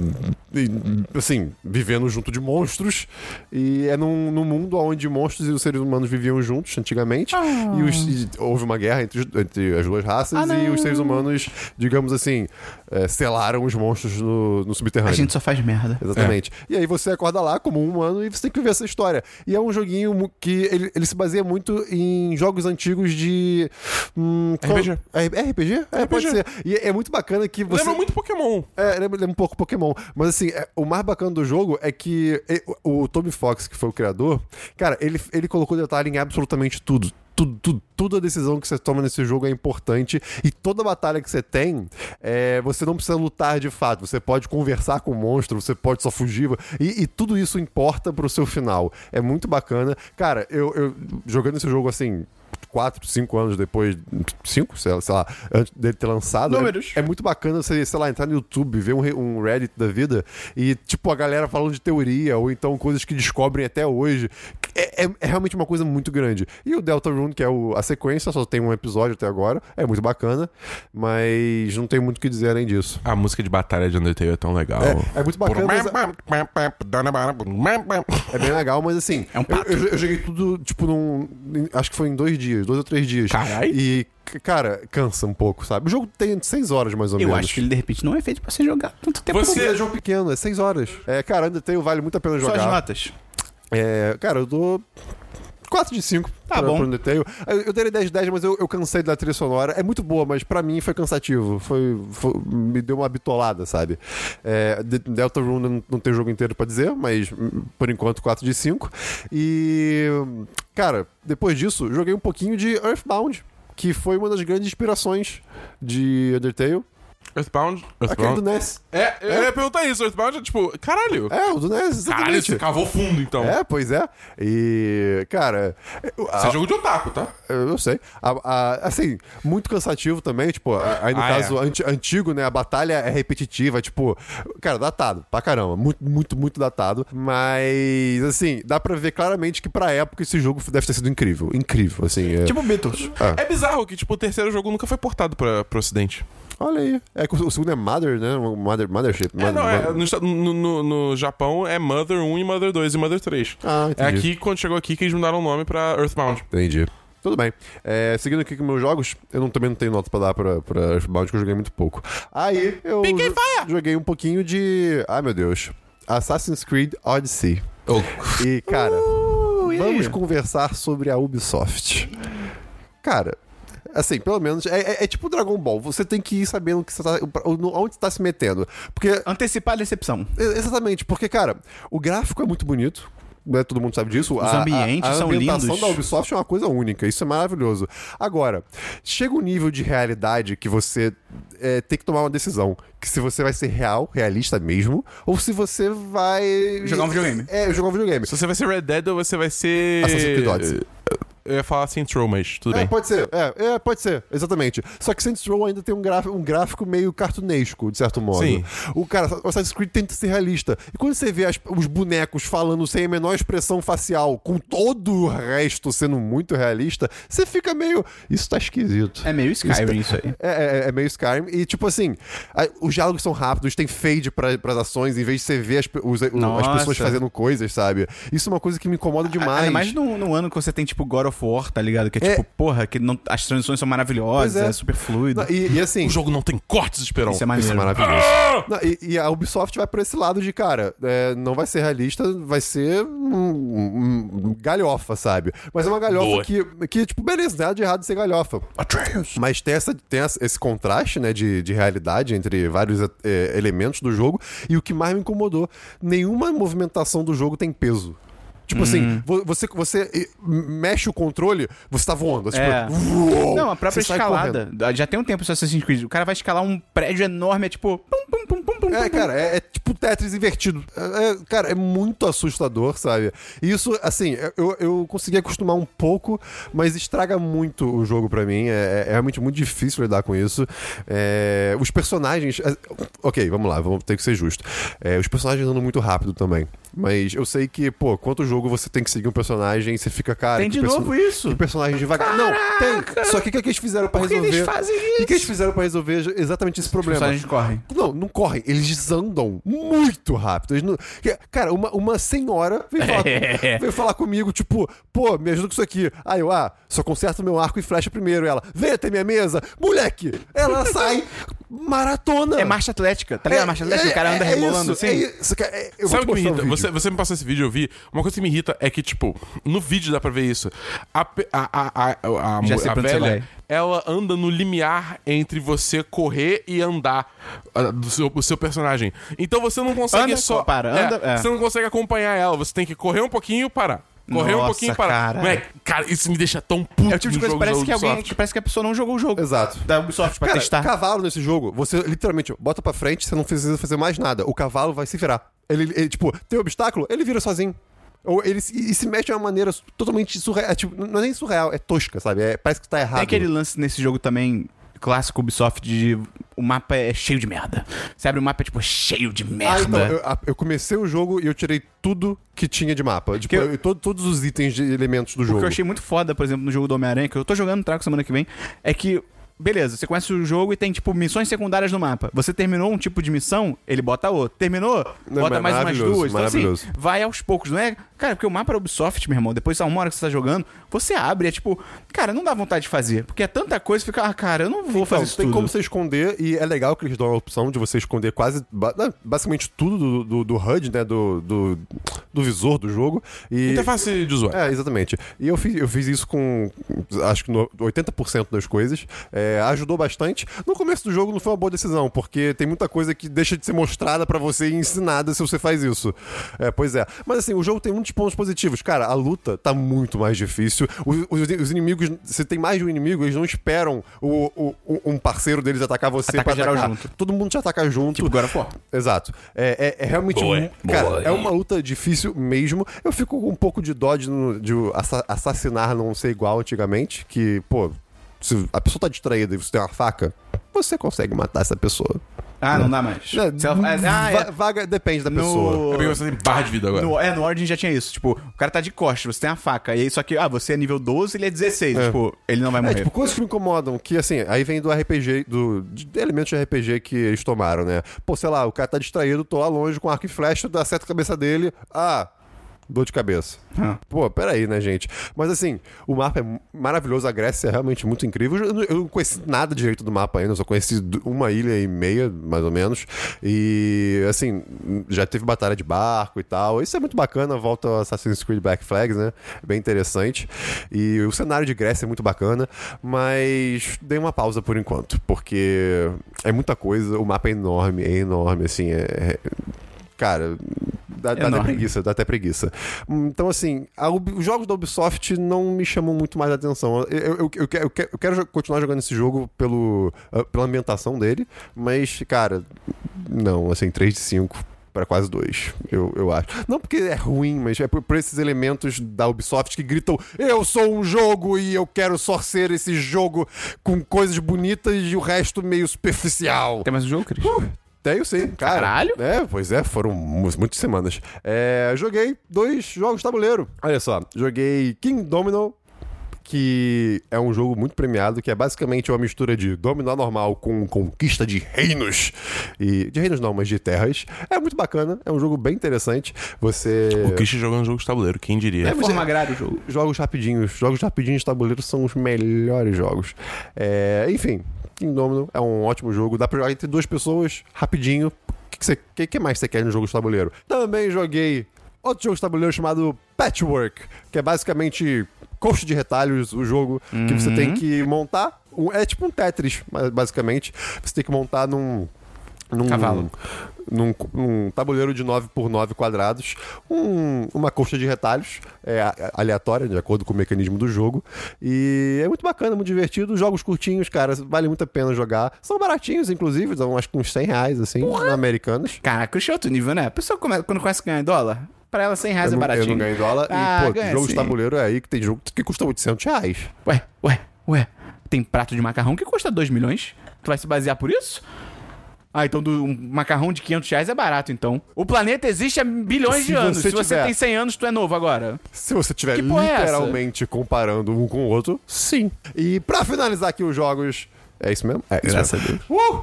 S3: e, assim, vivendo junto de monstros. E é num, num mundo onde monstros e os seres humanos viviam juntos antigamente. E, os- e houve uma guerra entre, os- entre as duas raças
S1: Ah,
S3: e
S1: não.
S3: os seres humanos, digamos assim, é, selaram os monstros no, no
S1: A
S3: subterrâneo.
S1: gente só faz merda.
S3: Exatamente. E aí você acorda lá como um humano e você tem que viver essa história. E é um joguinho mu- que ele, ele se baseia muito em jogos antigos de. hum, qual-
S4: RPG.
S3: É RPG? É, pode ser. E é muito bacana que você.
S4: Lembra muito Pokémon.
S3: É, lembra, lembra um pouco Pokémon. Mas assim, é, o mais bacana do jogo é que e- o, o Toby Fox, que foi o criador, cara, ele, ele colocou detalhe em absolutamente tudo. Tudo, tudo, toda a decisão que você toma nesse jogo é importante e toda batalha que você tem, é, você não precisa lutar de fato. Você pode conversar com o monstro, você pode só fugir e, e tudo isso importa pro seu final. É muito bacana. Cara, eu, eu jogando esse jogo assim, 4, 5 anos depois, 5, sei lá, sei lá, antes dele ter lançado.
S1: Números.
S3: É, é muito bacana você, sei lá, entrar no YouTube, ver um, re- um Reddit da vida e, tipo, a galera falando de teoria ou então coisas que descobrem até hoje. É, é- é realmente uma coisa muito grande. E o Deltarune, que é o- a sequência, só tem um episódio até agora, é muito bacana, mas não tem muito o que dizer além disso.
S4: A música de batalha de Undertale é tão legal.
S3: É, é muito bacana, mas é bem legal, mas assim.
S1: É um pato.
S3: Eu, eu- eu joguei tudo, tipo, num. em- Acho que foi em dois dias, dois ou três dias.
S4: Caralho.
S3: E, c- cara, cansa um pouco, sabe? O jogo tem seis horas mais ou
S1: Eu
S3: menos.
S1: acho que ele, de repente, não é feito pra ser jogado tanto tempo.
S4: Você-
S3: Sim, é jogo pequeno, é 6 horas. É, cara, Undertale vale muito a pena
S1: Só as
S3: jogar.
S1: notas.
S3: É, cara, eu dou 4 de 5
S1: Tá bom.
S3: pro Undertale. Eu, eu daria 10 de 10, mas eu, eu cansei da trilha sonora. É muito boa, mas pra mim foi cansativo. Foi, foi- me deu uma bitolada, sabe? É, De- Deltarune não, não tem o jogo inteiro pra dizer, mas hum, por enquanto 4 de 5. E, cara, depois disso, joguei um pouquinho de Earthbound. Que foi uma das grandes inspirações de Undertale.
S4: Earthbound.
S3: Aquele do
S4: Earthbound.
S3: NES.
S4: É, eu ia perguntar isso. Earthbound é tipo, caralho.
S3: É, o do NES.
S4: Caralho,
S3: exatamente.
S4: você cavou fundo, então.
S3: É, ah. pois é. E, cara, eu,
S4: Isso é
S3: a-
S4: jogo de otaku, tá?
S3: eu não sei. A- a- assim, muito cansativo também, tipo, a- aí no
S4: Ah,
S3: caso anti- antigo, né, a batalha é repetitiva, tipo, cara, datado, pra caramba, muito, muito, muito datado, mas, assim, dá pra ver claramente que pra época esse jogo deve ter sido incrível, incrível, assim. é-
S1: Tipo Beatles.
S4: É bizarro que, tipo, o terceiro jogo nunca foi portado pra, pro ocidente.
S3: olha aí. É que o, o segundo é Mother, né, Mother, Mothership.
S4: É,
S3: Mother-
S4: não, é,
S3: Mother-
S4: no, esta- no- no- no Japão é Mother 1 e Mother 2 e Mother 3.
S3: Ah,
S4: é
S3: entendi.
S4: aqui, quando chegou aqui, que eles mudaram o nome pra Earthbound.
S3: Entendi. Tudo bem. É, seguindo aqui com meus jogos, eu não- também não tenho nota pra dar pra, pra Earthbound, que eu joguei muito pouco. Aí eu jo- joguei um pouquinho de. Ai meu Deus. Assassin's Creed Odyssey. E, cara,
S1: Oh. Uh, e aí?
S3: vamos conversar sobre a Ubisoft. Cara. Assim, pelo menos, é, é- é tipo Dragon Ball. Você tem que ir sabendo que você tá, pra- onde você tá se metendo. Porque
S1: Antecipar a decepção.
S3: é, Exatamente, porque, cara, o gráfico é muito bonito. Né, todo mundo sabe disso. Os
S1: ambientes
S3: a, a
S1: são
S3: ambientação
S1: lindos.
S3: da Ubisoft é uma coisa única. Isso é maravilhoso. Agora, chega um nível de realidade que você é, tem que tomar uma decisão. Que se você vai ser real, realista mesmo, ou se você vai...
S1: Jogar um videogame.
S3: É, jogar um videogame.
S4: Se você vai ser Red Dead ou você vai ser.
S3: Assassin's Creed Odyssey.
S4: Eu ia falar Saints Row, mas tudo
S3: É,
S4: bem.
S3: pode ser. É, é, pode ser. Exatamente. Só que Saints Row ainda tem um, graf- um gráfico meio cartunesco, de certo modo.
S4: Sim.
S3: O cara, o Assassin's Creed tenta ser realista. E quando você vê as- os bonecos falando sem a menor expressão facial, com todo o resto sendo muito realista, você fica meio... Isso tá esquisito.
S1: É meio Skyrim isso aí.
S3: É, é- é meio Skyrim. E, tipo assim, a- os diálogos são rápidos, tem fade pra, pras ações, em vez de você ver as, pe- os- as
S1: Nossa.
S3: pessoas fazendo coisas, sabe? Isso é uma coisa que me incomoda demais.
S1: Ainda Ah, mais num, num ano que você tem, tipo, God of War, tá ligado? Que é,
S3: É.
S1: tipo, porra, que não- as transições são maravilhosas,
S3: Pois é.
S1: é. super fluido.
S3: Não, e, e assim...
S4: O jogo não tem cortes, Esperon.
S1: Isso é maneiro. Ah!
S3: Isso é maravilhoso. Não, e, e a Ubisoft vai pra esse lado de, cara, é, não vai ser realista, vai ser um, um- um galhofa, sabe? Mas é uma galhofa
S4: Boa.
S3: que, que, tipo, beleza, nada de errado ser galhofa. Mas tem, essa, tem essa- esse contraste, né, de, de realidade entre vários é, elementos do jogo. E o que mais me incomodou, nenhuma movimentação do jogo tem peso. Tipo
S1: Hum.
S3: assim, vo- você, você eh, mexe o controle, você tá voando. Assim,
S1: É.
S3: tipo, uou,
S1: Não, a própria
S3: você sai correndo.
S1: escalada. Já tem um tempo isso Assassin's Creed. O cara vai escalar um prédio enorme, é tipo. Pum, pum, pum, pum, pum,
S3: É,
S1: pum,
S3: cara, é, é tipo Tetris invertido. É, é, cara, é muito assustador, sabe? E isso, assim, eu, eu consegui acostumar um pouco, mas estraga muito o jogo pra mim. É, é realmente muito difícil lidar com isso. É, os personagens. é, Ok, vamos lá, vamos ter que ser justo. É, os personagens andam muito rápido também. Mas eu sei que, pô, quanto jogo você tem que seguir um personagem, você fica, cara.
S1: Tem
S3: é que
S1: de
S3: perso-
S1: novo isso?
S3: Que personagem devagar. Não, tem. Só que o que, que eles fizeram pra
S1: Por que
S3: resolver?
S1: eles fazem
S3: O que, que eles
S1: isso?
S3: fizeram pra resolver exatamente esse
S1: Os
S3: problema?
S1: personagens correm.
S3: Não, não correm, eles andam muito rápido. Eles não- Cara, uma, uma senhora veio falar,
S4: É.
S3: veio falar comigo, tipo, pô, me ajuda com isso aqui. Aí eu, ah, só conserto meu arco e flecha primeiro. Ela, vem até minha mesa, moleque! Ela sai, maratona!
S1: É marcha atlética, tá ligado? marcha atlética, o cara anda
S3: é
S1: rebolando assim.
S3: isso, É isso, cara, é- eu
S4: Sabe o que
S3: vou te mostrar
S4: me irrita?
S3: um vídeo.
S4: você, você me passou esse vídeo, eu vi. Uma coisa que me irrita é que, tipo, no vídeo dá pra ver isso. A, pe- a, a, a, a, a,
S1: Já sei
S4: a
S1: pra onde você vai.
S4: velha, ela anda no limiar entre você correr e andar ah, do seu, do seu personagem. Então você não consegue
S1: Anda,
S4: só.
S1: para,
S4: é,
S1: anda, é.
S4: Você não consegue acompanhar ela. Você tem que correr um pouquinho e parar. Correr um
S1: Nossa,
S4: pouquinho e parar.
S1: cara.
S4: Moleque, cara, isso me deixa tão puto.
S1: É o tipo de
S4: nos
S1: coisa que
S4: jogos
S1: parece
S4: da
S1: que alguém.
S4: Ubisoft.
S1: Que parece que a pessoa não jogou o jogo.
S3: Exato.
S1: Da Ubisoft pra
S3: Cara,
S1: testar.
S3: cavalo nesse jogo, você literalmente bota pra frente, você não precisa fazer mais nada. O cavalo vai se virar. Ele, ele, tipo, tem um obstáculo, ele vira sozinho. Ou ele se, e se mexe de uma maneira totalmente surreal. tipo, não é nem surreal, é tosca, sabe? É- parece que tá errado.
S1: Tem aquele lance nesse jogo também, clássico Ubisoft, de o mapa é cheio de merda. Você abre o mapa, é tipo, cheio de merda.
S3: Ah, então, eu, a- eu comecei o jogo e eu tirei tudo que tinha de mapa. Tipo,
S1: Que eu-
S3: eu- todo- todos os itens de elementos do
S1: O
S3: jogo.
S1: que eu achei muito foda, por exemplo, no jogo do Homem-Aranha, que eu tô jogando, trago semana que vem, é que. Beleza, você conhece o jogo e tem, tipo, missões secundárias no mapa. Você terminou um tipo de missão, ele bota outro. Terminou,
S3: Não,
S1: bota mais umas
S3: mas É maravilhoso,
S1: duas. Então, assim,
S3: maravilhoso.
S1: vai aos poucos, não é? Cara, porque o mapa é Ubisoft, meu irmão, depois de uma hora que você tá jogando, você abre, é tipo, cara, não dá vontade de fazer. Porque é tanta coisa, fica, ah, cara, eu não vou fazer
S3: Então,
S1: isso
S3: tem
S1: tudo.
S3: como você esconder, e é legal que eles dão a opção de você esconder quase ba- não, basicamente tudo do, do, do HUD, né? Do, do, do visor do jogo.
S1: Então,
S3: E,
S4: Interface É de usuário.
S3: É, exatamente. E eu fiz, eu fiz isso com, acho que no- 80% das coisas. É, ajudou bastante. No começo do jogo não foi uma boa decisão, porque tem muita coisa que deixa de ser mostrada pra você e ensinada se você faz isso. É, pois é. Mas assim, o jogo tem muitos pontos positivos. Cara, a luta tá muito mais difícil. Os, os- os inimigos, se tem mais de um inimigo, eles não esperam o, o- o- um parceiro deles atacar você
S1: Ataca
S3: pra
S1: geral
S3: atacar.
S1: junto.
S3: Todo mundo te ataca junto.
S1: Tipo, God of War.
S3: Exato. É, é- é realmente.
S4: Boa,
S3: mu- cara,
S4: boa.
S3: é uma luta difícil mesmo. Eu fico com um pouco de dó de, não- de assa- assassinar não ser igual antigamente. Que, pô, se a pessoa tá distraída e você tem uma faca, você consegue matar essa pessoa.
S1: Ah, não dá mais.
S3: É,
S1: Se ela- ah,
S3: va-
S1: é.
S3: Vaga depende da pessoa.
S4: É porque
S1: No...
S4: você tem barra de vida agora.
S1: No, é, no Origin já tinha isso. Tipo, o cara tá de costas, você tem a faca. E aí, só que, ah, você é nível 12, ele é 16. Tipo, ele não vai
S3: É,
S1: morrer.
S3: tipo, coisas que me incomodam, que assim, aí vem do RPG, do, de elementos de RPG que eles tomaram, né? Pô, sei lá, o cara tá distraído, tô lá longe com arco e flecha, dá certo a cabeça dele, ah, dor de cabeça.
S1: Ah.
S3: Pô, peraí, né, gente? Mas assim, o mapa é maravilhoso, a Grécia é realmente muito incrível. Eu, não- eu não conheci nada direito do mapa ainda, eu só conheci du- uma ilha e meia, mais ou menos. E assim, já teve batalha de barco e tal. Isso é muito bacana, volta ao Assassin's Creed Black Flags, né? Bem interessante. E o cenário de Grécia é muito bacana, mas dei uma pausa por enquanto, porque é muita coisa, o mapa é enorme, é enorme, assim, é- é cara, dá, dá até
S1: Enorme.
S3: preguiça, dá até preguiça. Hum, Então, assim, a Ubi- os jogos da Ubisoft não me chamam muito mais a atenção. Eu, eu, eu, eu quero- eu quero, eu quero jo- continuar jogando esse jogo pelo, ah, pela ambientação dele, mas, cara, não, assim, 3 de 5 para quase 2, eu, eu acho. Não porque é ruim, mas é por, por esses elementos da Ubisoft que gritam: Eu sou um jogo e eu quero só ser esse jogo com coisas bonitas e o resto meio superficial.
S1: Tem mais um jogo, Cris?
S3: Tenho sim, cara.
S1: Caralho.
S3: É, pois é, foram mu- muitas semanas. É, joguei dois jogos de tabuleiro. Olha só, joguei King Domino, que é um jogo muito premiado, que é basicamente uma mistura de dominó normal com conquista de reinos. E, de reinos não, mas de terras. É muito bacana, é um jogo bem interessante. Você...
S4: O Christian jogando jogo de tabuleiro, quem diria?
S1: É forma agrada o jogo.
S3: Jogos rapidinhos. Jogos rapidinhos de tabuleiro são os melhores jogos. É, enfim, King Domino é um ótimo jogo. Dá pra jogar entre duas pessoas rapidinho. O que, que, você- que- que mais você quer no jogo de tabuleiro? Também joguei outro jogo de tabuleiro chamado Patchwork, que é basicamente coxa de retalhos o jogo que você tem que montar. um- É tipo um Tetris, mas basicamente. Você tem que montar num num,
S1: Cavalo.
S3: Num, num tabuleiro de 9 por 9 quadrados, um- uma coxa de retalhos é, a- a- aleatória, de acordo com o mecanismo do jogo. E é muito bacana, muito divertido. Jogos curtinhos, cara, vale muito a pena jogar. São baratinhos, inclusive, dão acho que uns 100 reais, assim, americanos.
S1: Caraca, isso é outro nível, né? A pessoa come- quando começa a ganhar em dólar, pra ela 100 reais é
S3: Eu não, eu
S1: baratinho.
S3: não ganho dólar.
S1: Ah,
S3: e, pô,
S1: ganha
S3: jogo
S1: sim.
S3: de tabuleiro é aí que tem jogo que custa 800 reais.
S1: Ué, ué, ué. Tem prato de macarrão que custa 2 milhões? Tu vai se basear por isso? Ah, então do, um macarrão de 500 reais é barato, então. O planeta existe há bilhões
S3: Se
S1: de anos.
S3: você
S1: Se você
S3: tiver-
S1: tem 100 anos, tu é novo agora.
S3: Se você estiver
S1: Que porra é essa?
S3: literalmente comparando um com o outro, sim. E pra finalizar aqui os jogos. É isso mesmo? É isso
S1: Graças
S3: mesmo. Uh!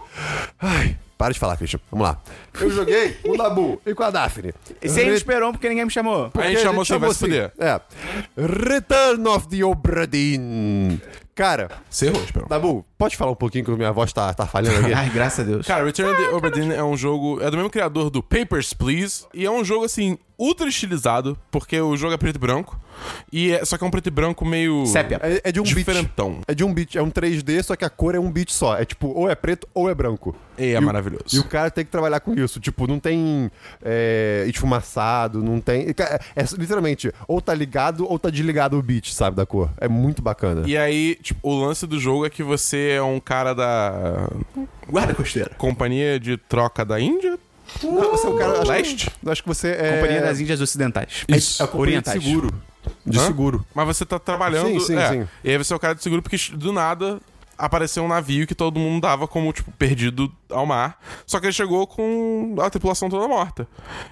S3: Ai, para de falar, Christian. Vamos lá. Eu joguei com o Dabu e com a Daphne.
S1: E sem
S3: Re-
S1: esperou porque ninguém me chamou.
S4: A gente chamou assim, vai se fuder.
S3: É. Return of the Obra Dinn. Cara,
S4: Você errou, Esperão.
S3: Dabu, pode falar um pouquinho que minha voz tá, tá falhando aqui?
S1: Ai, graças a Deus.
S4: Cara, Return of the Obra Dinn é um jogo... É do mesmo criador do Papers, Please. E é um jogo, assim, ultra estilizado. Porque o jogo é preto e branco. E é, só que é um preto e branco meio...
S1: Sépia.
S3: É, é de um beat.
S4: Diferentão.
S3: É de um beat. É um 3D, só que a cor é um beat só. É tipo, ou é preto ou é branco.
S4: E é
S3: o-
S4: maravilhoso.
S3: E o cara tem que trabalhar com isso. Tipo, não tem é, esfumaçado, não tem. É, é literalmente, ou tá ligado ou tá desligado o beat, sabe, da cor. É muito bacana.
S4: E aí, tipo, o lance do jogo é que você é um cara da
S1: Guarda costeira.
S4: companhia de troca da Índia?
S3: Não, você é o cara. Acho,
S4: Leste?
S3: que- acho que você é.
S1: Companhia das Índias Ocidentais.
S4: Isso.
S1: É,
S4: A
S3: companhia de
S1: orientais.
S3: seguro. De
S4: Hã?
S3: seguro.
S4: Mas você tá trabalhando.
S3: Sim, sim,
S4: é.
S3: sim.
S4: E aí você é o cara de seguro porque do nada apareceu um navio que todo mundo dava como, tipo, perdido ao mar. Só que ele chegou com a tripulação toda morta.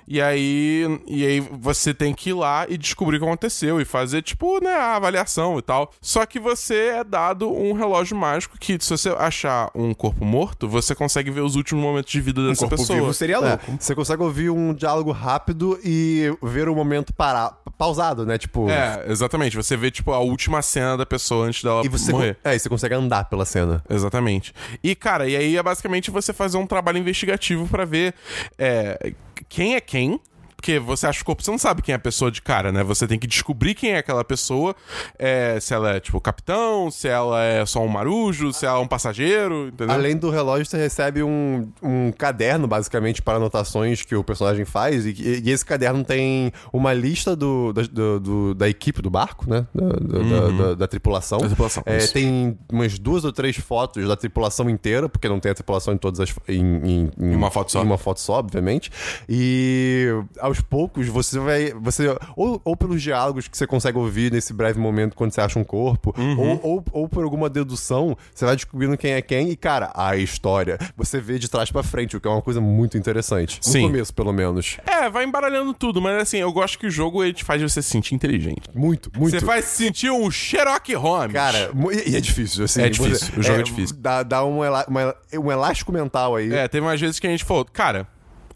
S4: E aí, e aí você tem que ir lá e descobrir o que aconteceu e fazer, tipo, né, a avaliação e tal. Só que você é dado um relógio mágico que, se você achar um corpo morto, você consegue ver os últimos momentos de vida
S1: Um
S4: dessa
S1: corpo
S4: pessoa.
S1: vivo seria
S3: É,
S1: louco.
S3: você consegue ouvir um diálogo rápido e ver o momento para, pausado, né? Tipo.
S4: É, exatamente. Você vê, tipo, a última cena da pessoa antes dela
S3: E você,
S4: morrer.
S3: é, e você consegue andar pela cena.
S4: Exatamente. E, cara, e aí é basicamente você fazer um trabalho investigativo pra ver é, quem é quem. Porque você acha o corpo, você não sabe quem é a pessoa de cara, né? Você tem que descobrir quem é aquela pessoa. é, se ela é, tipo, capitão, se ela é só um marujo, se ela é um passageiro, entendeu?
S3: Além do relógio, você recebe um, um caderno, basicamente, para anotações que o personagem faz. E, e esse caderno tem uma lista do, da, do- do- da equipe do barco, né? Da, da- da- da- da tripulação.
S4: Uhum. Da tripulação,
S3: É,
S4: isso.
S3: tem umas duas ou três fotos da tripulação inteira, porque não tem a tripulação em todas as. fo- Em, em- em-
S4: Em uma foto só.
S3: Em uma foto só, obviamente. E aos poucos você vai. Você, ou, ou pelos diálogos que você consegue ouvir nesse breve momento quando você acha um corpo,
S4: Uhum.
S3: ou, ou, ou por alguma dedução, você vai descobrindo quem é quem e, cara, a história. Você vê de trás pra frente, o que é uma coisa muito interessante. No
S4: Sim.
S3: começo, pelo menos.
S4: É, vai embaralhando tudo, mas assim, eu gosto que o jogo ele te faz você se sentir inteligente.
S3: Muito, muito.
S4: Você faz se sentir um Sherlock Holmes.
S3: Cara, mu- e e é difícil, assim.
S4: É difícil,
S3: você-
S4: o jogo é difícil.
S3: Dá, dá um, ela- uma- um elástico mental aí.
S4: É, teve umas vezes que a gente falou, cara,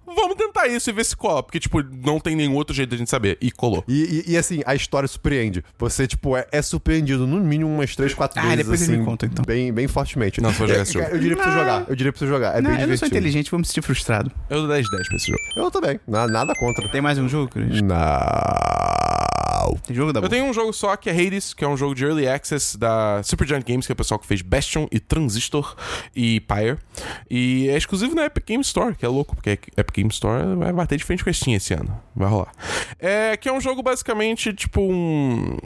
S4: vamos tentar isso e ver se cola. Porque, tipo, não tem nenhum outro jeito da gente saber. E colou.
S3: E, e- e, assim, a história surpreende. Você, tipo, é, é surpreendido no mínimo umas 3, 4
S1: Ah,
S3: vezes.
S1: depois
S3: assim,
S1: ele me conta, então.
S3: Bem, bem fortemente.
S4: Não, você vai jogar
S3: É,
S4: esse jogo.
S3: Eu diria pra você jogar. Eu diria pra você jogar.
S1: Não,
S3: É bem
S1: eu
S3: divertido.
S1: não sou inteligente, vou me sentir frustrado.
S4: Eu dou 10 10 pra esse jogo.
S3: Eu também. Na- nada contra.
S1: Tem mais um jogo, Cris?
S3: Não.
S1: Tem jogo da
S4: Eu tenho um jogo só que é Hades, que é um jogo de Early Access da Supergiant Games, que é o pessoal que fez Bastion e Transistor e Pyre. E é exclusivo na Epic Game Store, que é louco, porque a Epic Game Store vai bater de frente com a Steam esse ano. Vai rolar. É, que é um jogo basicamente tipo um...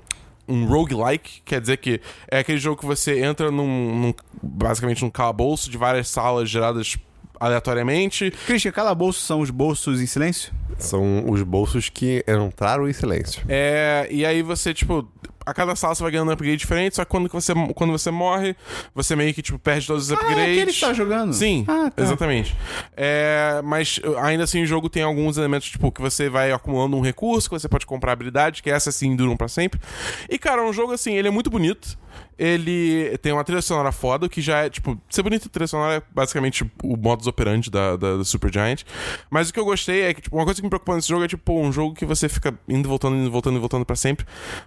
S4: Um roguelike, quer dizer que é aquele jogo que você entra num, num- basicamente num calabouço de várias salas geradas aleatoriamente
S1: Christian, calabouço são os bolsos em silêncio?
S3: São os bolsos que entraram em silêncio.
S4: É, e aí você, tipo, a cada sala você vai ganhando um upgrade diferente, só que quando você, quando você morre, você meio que, tipo, perde todos os upgrades.
S1: é aquele que tá jogando?
S4: Sim,
S1: Ah, tá.
S4: exatamente. É, mas uh, ainda assim o jogo tem alguns elementos, tipo, que você vai acumulando um recurso, que você pode comprar habilidade, que essas sim duram pra sempre. E, cara, é um jogo assim, ele é muito bonito. Ele tem uma trilha sonora foda, que já é, tipo, ser bonito e trilha sonora é basicamente o modus operandi da, da, da Supergiant. Mas o que eu gostei é que, tipo, uma coisa que me preocupou nesse jogo é, tipo, pô, um jogo que você fica indo, e voltando, indo, e voltando, indo, e voltando pra sempre.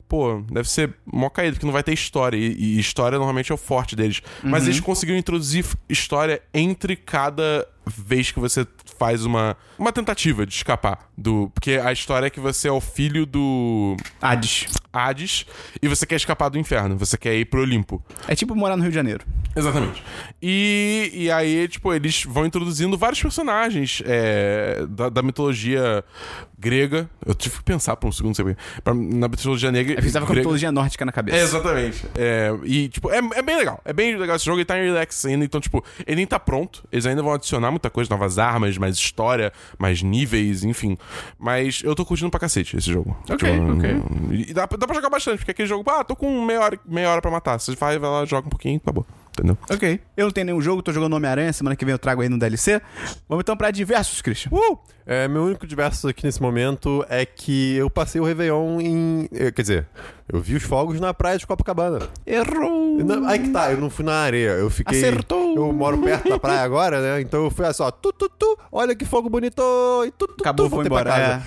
S4: Pô, deve ser mó caído, porque não vai ter história. E, e história normalmente é o forte deles. Mas eles conseguiram introduzir f- história entre cada vez que você faz uma, uma tentativa de escapar do. Porque a história é que você é o filho do
S1: Hades.
S4: Hades e você quer escapar do inferno, você quer ir pro Olimpo.
S1: É tipo morar no Rio de Janeiro.
S4: Exatamente. E, e aí, tipo, eles vão introduzindo vários personagens é, da, da mitologia grega. Eu tive que pensar por um segundo, não sei por quê. Pra- Na mitologia negra.
S1: Eu precisava com a
S4: grega.
S1: mitologia nórdica na cabeça.
S4: É, exatamente. É, e, tipo, é, é bem legal. É bem legal esse jogo. Ele tá em relax ainda, então, tipo, ele nem tá pronto. Eles ainda vão adicionar muita coisa, novas armas, mais história, mais níveis, enfim. Mas eu tô curtindo pra cacete esse jogo. Tipo,
S1: Ok, ok.
S4: E dá, pra- dá pra jogar bastante, porque aquele jogo, ah, tô com meia hora, meia hora pra matar. Você vai, vai lá, joga um pouquinho, acabou. Entendeu?
S1: Ok. Eu não tenho nenhum jogo, tô jogando Homem-Aranha, semana que vem eu trago aí no DLC. Vamos então pra diversos, Christian.
S3: Uh! É, meu único diverso aqui nesse momento é que eu passei o Réveillon em. eh, Quer dizer, eu vi os fogos na praia de Copacabana.
S1: Errou!
S3: Não, aí que tá, eu não fui na areia, eu fiquei.
S1: Acertou!
S3: Eu moro perto da praia agora, né? Então eu fui assim, ó, tu, tu, tu, olha que fogo bonito! E tu, tu, tu,
S1: Acabou, foi
S3: voltei pra
S1: embora, é.
S3: casa.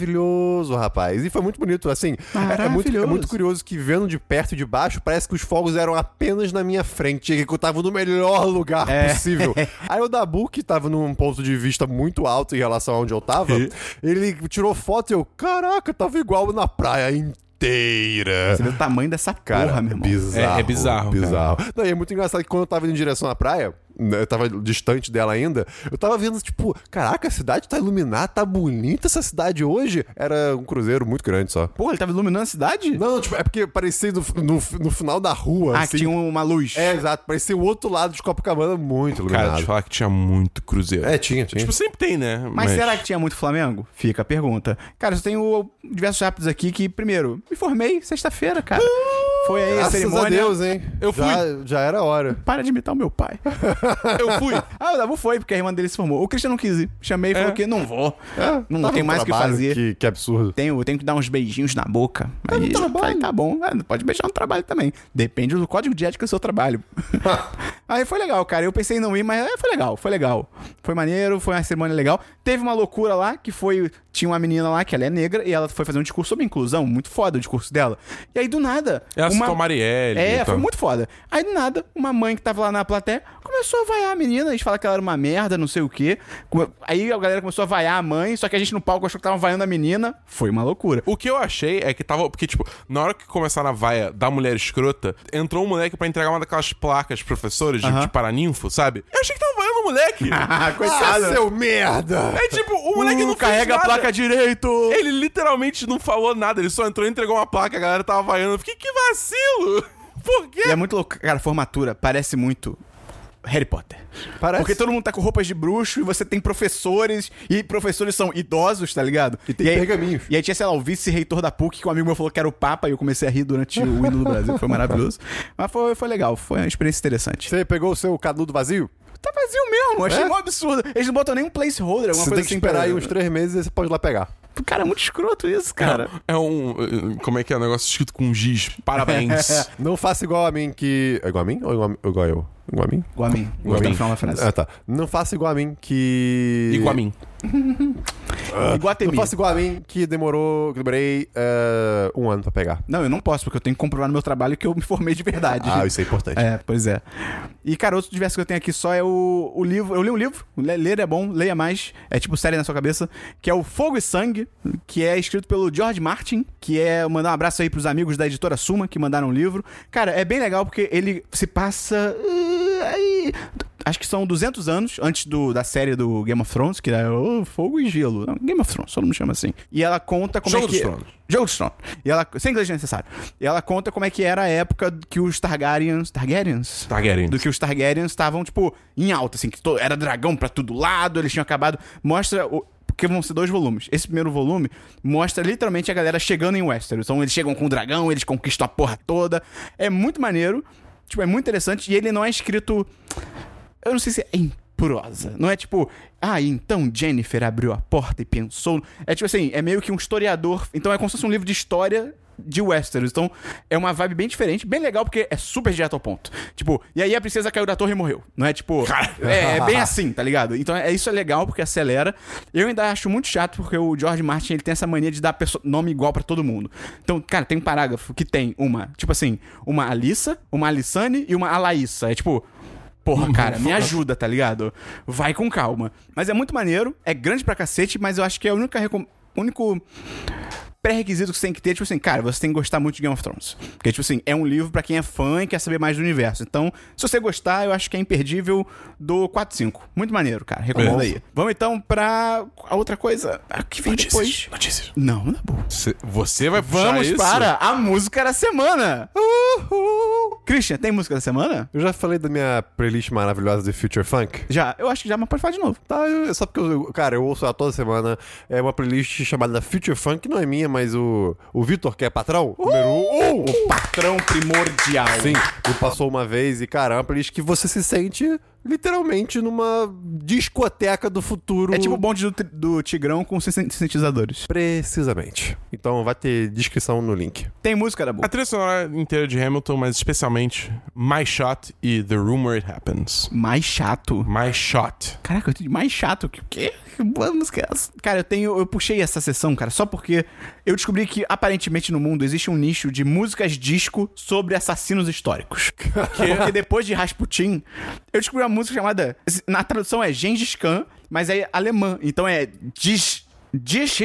S3: Maravilhoso, rapaz. E foi muito bonito, assim. É, é muito, é
S1: Maravilhoso.
S3: muito curioso que vendo de perto e de baixo, parece que os fogos eram apenas na minha frente, e que eu tava no melhor lugar
S1: É.
S3: possível. Aí o Dabu, que tava num ponto de vista muito alto em relação a onde eu tava, ele tirou foto e eu, caraca, tava igual na praia inteira.
S1: Você vê o tamanho dessa
S3: Cara,
S1: porra, meu
S3: é
S1: irmão.
S3: bizarro.
S4: É- é bizarro,
S3: bizarro. Não, e é muito engraçado que quando eu tava indo em direção à praia, né, eu tava distante dela ainda, eu tava vendo, tipo, caraca, a cidade tá iluminada, tá bonita essa cidade hoje. Era um cruzeiro muito grande só.
S1: Porra, ele tava iluminando a cidade?
S3: Não, não, tipo, é porque parecia no, no, no final da rua,
S1: ah, que
S3: assim.
S1: tinha uma luz.
S3: É, exato, parecia o outro lado de Copacabana muito iluminado.
S4: Cara, te falar que tinha muito cruzeiro.
S3: É, tinha, tinha.
S4: Tipo, sempre tem, né?
S1: Mas, será que tinha muito Flamengo? Fica a pergunta. Cara, eu tenho diversos rápidos aqui que, primeiro, me formei sexta-feira, cara. Foi aí a
S3: Graças
S1: cerimônia.
S3: a Deus, hein?
S4: Eu
S3: Já, já era hora.
S1: Para de imitar o meu pai.
S4: Eu fui.
S1: ah, o Dabu foi, porque a irmã dele se formou. O Christian não quis ir. Chamei e falou que não vou. não
S3: Tava
S1: tem
S3: um
S1: mais o que
S3: trabalho,
S1: fazer.
S3: Que, que absurdo.
S1: Tenho, tenho que dar uns beijinhos na boca. Aí
S3: no trabalho.
S1: falei, tá bom. Ah, pode beijar no trabalho também. Depende do código de ética do seu trabalho. aí foi legal, cara. Eu pensei em não ir, mas é, foi legal, foi legal. Foi maneiro, foi uma cerimônia legal. Teve uma loucura lá que foi. Tinha uma menina lá que ela é negra e ela foi fazer um discurso sobre inclusão, muito foda o discurso dela. E aí, do nada.
S4: Ela
S1: uma...
S4: citou a Marielle.
S1: É,
S4: então.
S1: foi muito foda. Aí do nada, uma mãe que tava lá na plateia começou a vaiar a menina, eles falaram que ela era uma merda, não sei o quê. Come- Aí a galera começou a vaiar a mãe, só que a gente no palco achou que tava vaiando a menina. Foi uma loucura.
S4: O que eu achei é que tava. Porque, tipo, na hora que começaram a vaia da mulher escrota, entrou um moleque pra entregar uma daquelas placas professores de,
S1: Aham.
S4: de paraninfo, sabe? Eu achei que tava vaiando o moleque.
S1: Ah, coitado.
S3: Ah, seu merda!
S4: é tipo, o moleque
S1: Uh,
S4: não
S1: carrega
S4: fez
S1: a
S4: nada.
S1: placa direito.
S4: Ele literalmente não falou nada, ele só entrou e entregou uma placa, a galera tava vaiando. Eu fiquei, que vacilo! Por quê?
S1: E é muito louco. Cara, a formatura parece muito Harry Potter.
S3: Parece.
S1: Porque todo mundo tá com roupas de bruxo e você tem professores, e professores são idosos, tá ligado? E
S3: tem
S1: aí-
S3: pergaminhos.
S1: E aí tinha, sei lá, o vice-reitor da PUC, que um amigo meu falou que era o Papa, e eu comecei a rir durante o hino do Brasil, foi maravilhoso. Mas foi, foi legal, foi uma experiência interessante.
S3: Você pegou o seu canudo vazio?
S1: Tá vazio mesmo, achei
S3: É?
S1: mó absurdo. Eles não botam nem um placeholder, alguma
S3: Você
S1: coisa
S3: tem que
S1: assim
S3: esperar
S1: pra-
S3: aí uns três meses e você pode ir lá pegar.
S1: Cara, é muito escroto isso, cara.
S4: É um. Como é que é o negócio escrito com giz? Parabéns.
S3: Não faça igual a mim que. É igual a mim ou igual, a... igual eu? Igual a mim?
S1: Igual a mim, gostei do final da frase.
S3: Ah, tá. Não faça igual a mim que.
S4: Igual a mim.
S1: Igual a
S3: Não
S1: Temi.
S3: faça igual a mim que demorou. que demorei eh, um ano pra pegar.
S1: Não, eu não posso, porque eu tenho que comprovar no meu trabalho que eu me formei de verdade.
S3: Ah, isso é importante.
S1: É, pois é. E, cara, outro diverso que eu tenho aqui só é o, o livro. Eu li um livro, le- ler é bom, leia mais. É tipo série na sua cabeça, que é o Fogo e Sangue, que é escrito pelo George Martin, que é. Mandar um abraço aí pros amigos da editora Suma que mandaram o livro. Cara, é bem legal porque ele se passa. uh, aí, Acho que são 200 anos antes do, da série do Game of Thrones, que era oh, Fogo e Gelo. Não, Game of Thrones, todo mundo chama assim. E ela conta como
S4: Jogo
S1: é que.
S4: dos Tronos.
S1: Jogo de Trono. E ela, sem inglês necessário. E ela conta como é que era a época que os Targaryens. Targaryens?
S4: Targaryen.
S1: Do que os Targaryens estavam, tipo, em alta, assim, que to- era dragão pra todo lado, eles tinham acabado. Mostra. O, porque vão ser dois volumes. Esse primeiro volume mostra literalmente a galera chegando em Westeros. Então eles chegam com o dragão, eles conquistam a porra toda. É muito maneiro. Tipo, é muito interessante. E ele não é escrito eu não sei se é improsa. Não é tipo, ah, então Jennifer abriu a porta e pensou. É tipo assim, é meio que um historiador. Então é como se fosse um livro de história de Westeros. Então é uma vibe bem diferente, bem legal, porque é super direto ao ponto. Tipo, e aí a princesa caiu da torre e morreu. Não é tipo. É, é bem assim, tá ligado? Então é isso é legal, porque acelera. Eu ainda acho muito chato, porque o George Martin ele tem essa mania de dar perso- nome igual pra todo mundo. Então, cara, tem um parágrafo que tem uma, tipo assim, uma Alissa, uma Alissane e uma Alaissa. É tipo. Porra, cara, me ajuda, tá ligado? Vai com calma. Mas é muito maneiro, é grande pra cacete, mas eu acho que é a única recom... único pré-requisito que você tem que ter, tipo assim, cara, você tem que gostar muito de Game of Thrones. Porque, tipo assim, é um livro pra quem é fã e quer saber mais do universo. Então, se você gostar, eu acho que é imperdível do 4-5. Muito maneiro, cara. Recomendo aí. Vamos então pra a outra coisa. A que vem depois.
S4: Notícias.
S1: Não, na boa.
S4: Você, você vai puxar
S1: Vamos
S4: isso?
S1: para a música da semana. Uhul. Christian, tem música da semana?
S3: Eu já falei da minha playlist maravilhosa de Future Funk.
S1: Já, eu acho que já, mas pode falar de novo.
S3: Tá, eu- só porque, eu, cara, eu ouço ela toda semana. É uma playlist chamada Future Funk, não é minha, mas o, o Vitor, que é patrão, número um, o
S1: Patrão primordial.
S3: Sim, me passou uma vez e, cara, é uma playlist que você se sente literalmente numa discoteca do futuro.
S1: É tipo o bonde do, tri- do Tigrão com sin- sintetizadores.
S3: Precisamente. Então vai ter descrição no link.
S1: Tem música da
S4: A
S1: boa.
S4: trilha sonora inteira de Hamilton, mas especialmente My Shot e The Rumor It Happens.
S1: Mais chato.
S4: My Shot.
S1: Caraca, eu tenho mais chato que o quê? Que boa música é essa? Cara, eu tenho. Eu puxei essa sessão, cara, só porque eu descobri que aparentemente no mundo existe um nicho de músicas disco sobre assassinos históricos. Porque depois de Rasputin, eu descobri uma música chamada. Na tradução é Gengis Khan, mas é alemã. Então é Dis. Dis.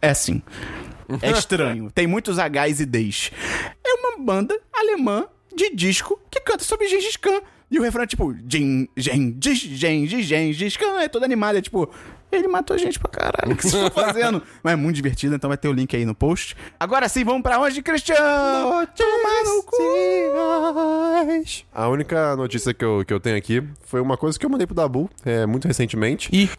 S1: É assim. É estranho. Tem muitos H's e D's. É uma banda alemã de disco que canta sobre Gengis Khan. E o refrão é tipo, Gen, Gengis, Gengis, Gengis Khan. É todo animado, é tipo, ele matou gente pra caralho, o que vocês estão fazendo? Mas é muito divertido, então vai ter o link aí no post. Agora sim, vamos pra onde, Christian? Tomar no
S3: A única notícia que eu, que eu tenho aqui foi uma coisa que eu mandei pro Dabu é, muito recentemente.
S4: E,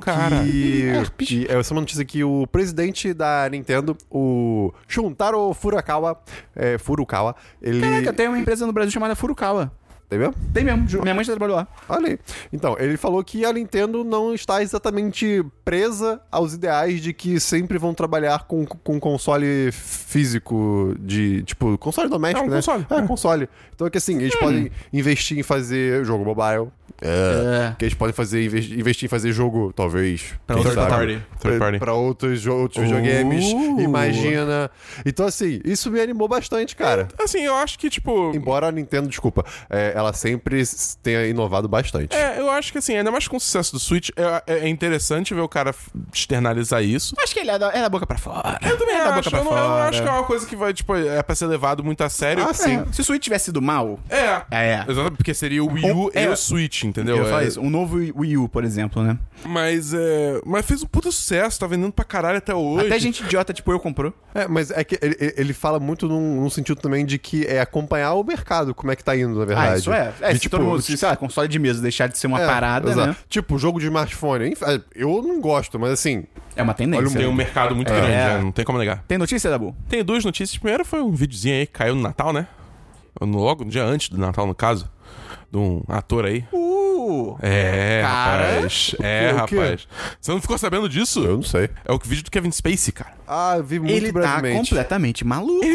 S4: cara,
S3: E, e essa é uma notícia que o presidente da Nintendo, o Shuntaro Furukawa, é, Furukawa, ele...
S1: Caraca, tem uma empresa no Brasil chamada Furukawa.
S3: Tem mesmo?
S1: Tem mesmo, ju- minha mãe já trabalhou lá.
S3: Olha aí. Então, ele falou que a Nintendo não está exatamente presa aos ideais de que sempre vão trabalhar com, com console físico de, tipo, console doméstico,
S4: É um
S3: né?
S4: console.
S3: É,
S4: É.
S3: console. Então é que assim, eles podem investir em fazer jogo mobile. É. Que eles podem fazer, inves- investir em fazer jogo, talvez.
S4: Pra
S3: quem
S4: outra
S3: sabe,
S4: party. Third
S3: pra-
S4: party.
S3: Pra outros, jo- outros videogames. Imagina. Então, assim, isso me animou bastante, cara.
S4: assim, eu acho que, tipo.
S3: Embora a Nintendo, desculpa, é, ela sempre s- tenha inovado bastante.
S4: É, eu acho que assim, ainda mais com o sucesso do Switch, é, é- é interessante ver o cara f- externalizar isso.
S1: Acho que ele é da, é da boca pra fora.
S4: Eu também
S1: é da boca
S4: acho,
S1: pra
S4: eu não, eu
S1: fora.
S4: não acho que é uma coisa que vai, tipo, é pra ser levado muito a sério.
S3: Ah, sim.
S1: É, Se o Switch tivesse sido mal,
S4: É.
S1: É.
S4: Exatamente, porque seria o Wii U
S1: Um-
S4: e
S1: é.
S4: o Switch, entendeu?
S1: eu ia falar
S4: É.
S1: isso. Um novo Wii U, por exemplo, né?
S4: Mas, é, mas fez um puta sucesso, tá vendendo pra caralho até hoje.
S1: Até gente idiota, tipo, eu comprou.
S3: É, mas é que ele, ele- ele fala muito num, num sentido também de que é acompanhar o mercado, como é que tá indo, na verdade.
S1: Ah, isso é. É,
S3: De,
S1: se
S3: tipo,
S1: todo mundo, se, sei lá, console de mesa deixar de ser uma
S3: é,
S1: parada,
S3: exato.
S1: né?
S3: Tipo, jogo de smartphone. enfim, Eu não gosto, mas assim,
S1: É uma tendência.
S4: Tem um mercado muito grande,
S1: É.
S4: né? não tem como negar.
S1: Tem notícia, Dabu?
S4: Tem duas notícias. Primeiro foi um videozinho aí que caiu no Natal, né? No- Logo no dia antes do Natal, no caso. De um ator aí.
S1: Uh!
S4: É,
S1: Cara.
S4: rapaz. É,
S3: O quê?
S4: rapaz. Você não ficou sabendo disso?
S3: eu não sei.
S4: É o vídeo do Kevin Spacey, cara.
S3: Ah, eu vi muito
S1: ele tá
S3: brevemente.
S1: completamente maluco.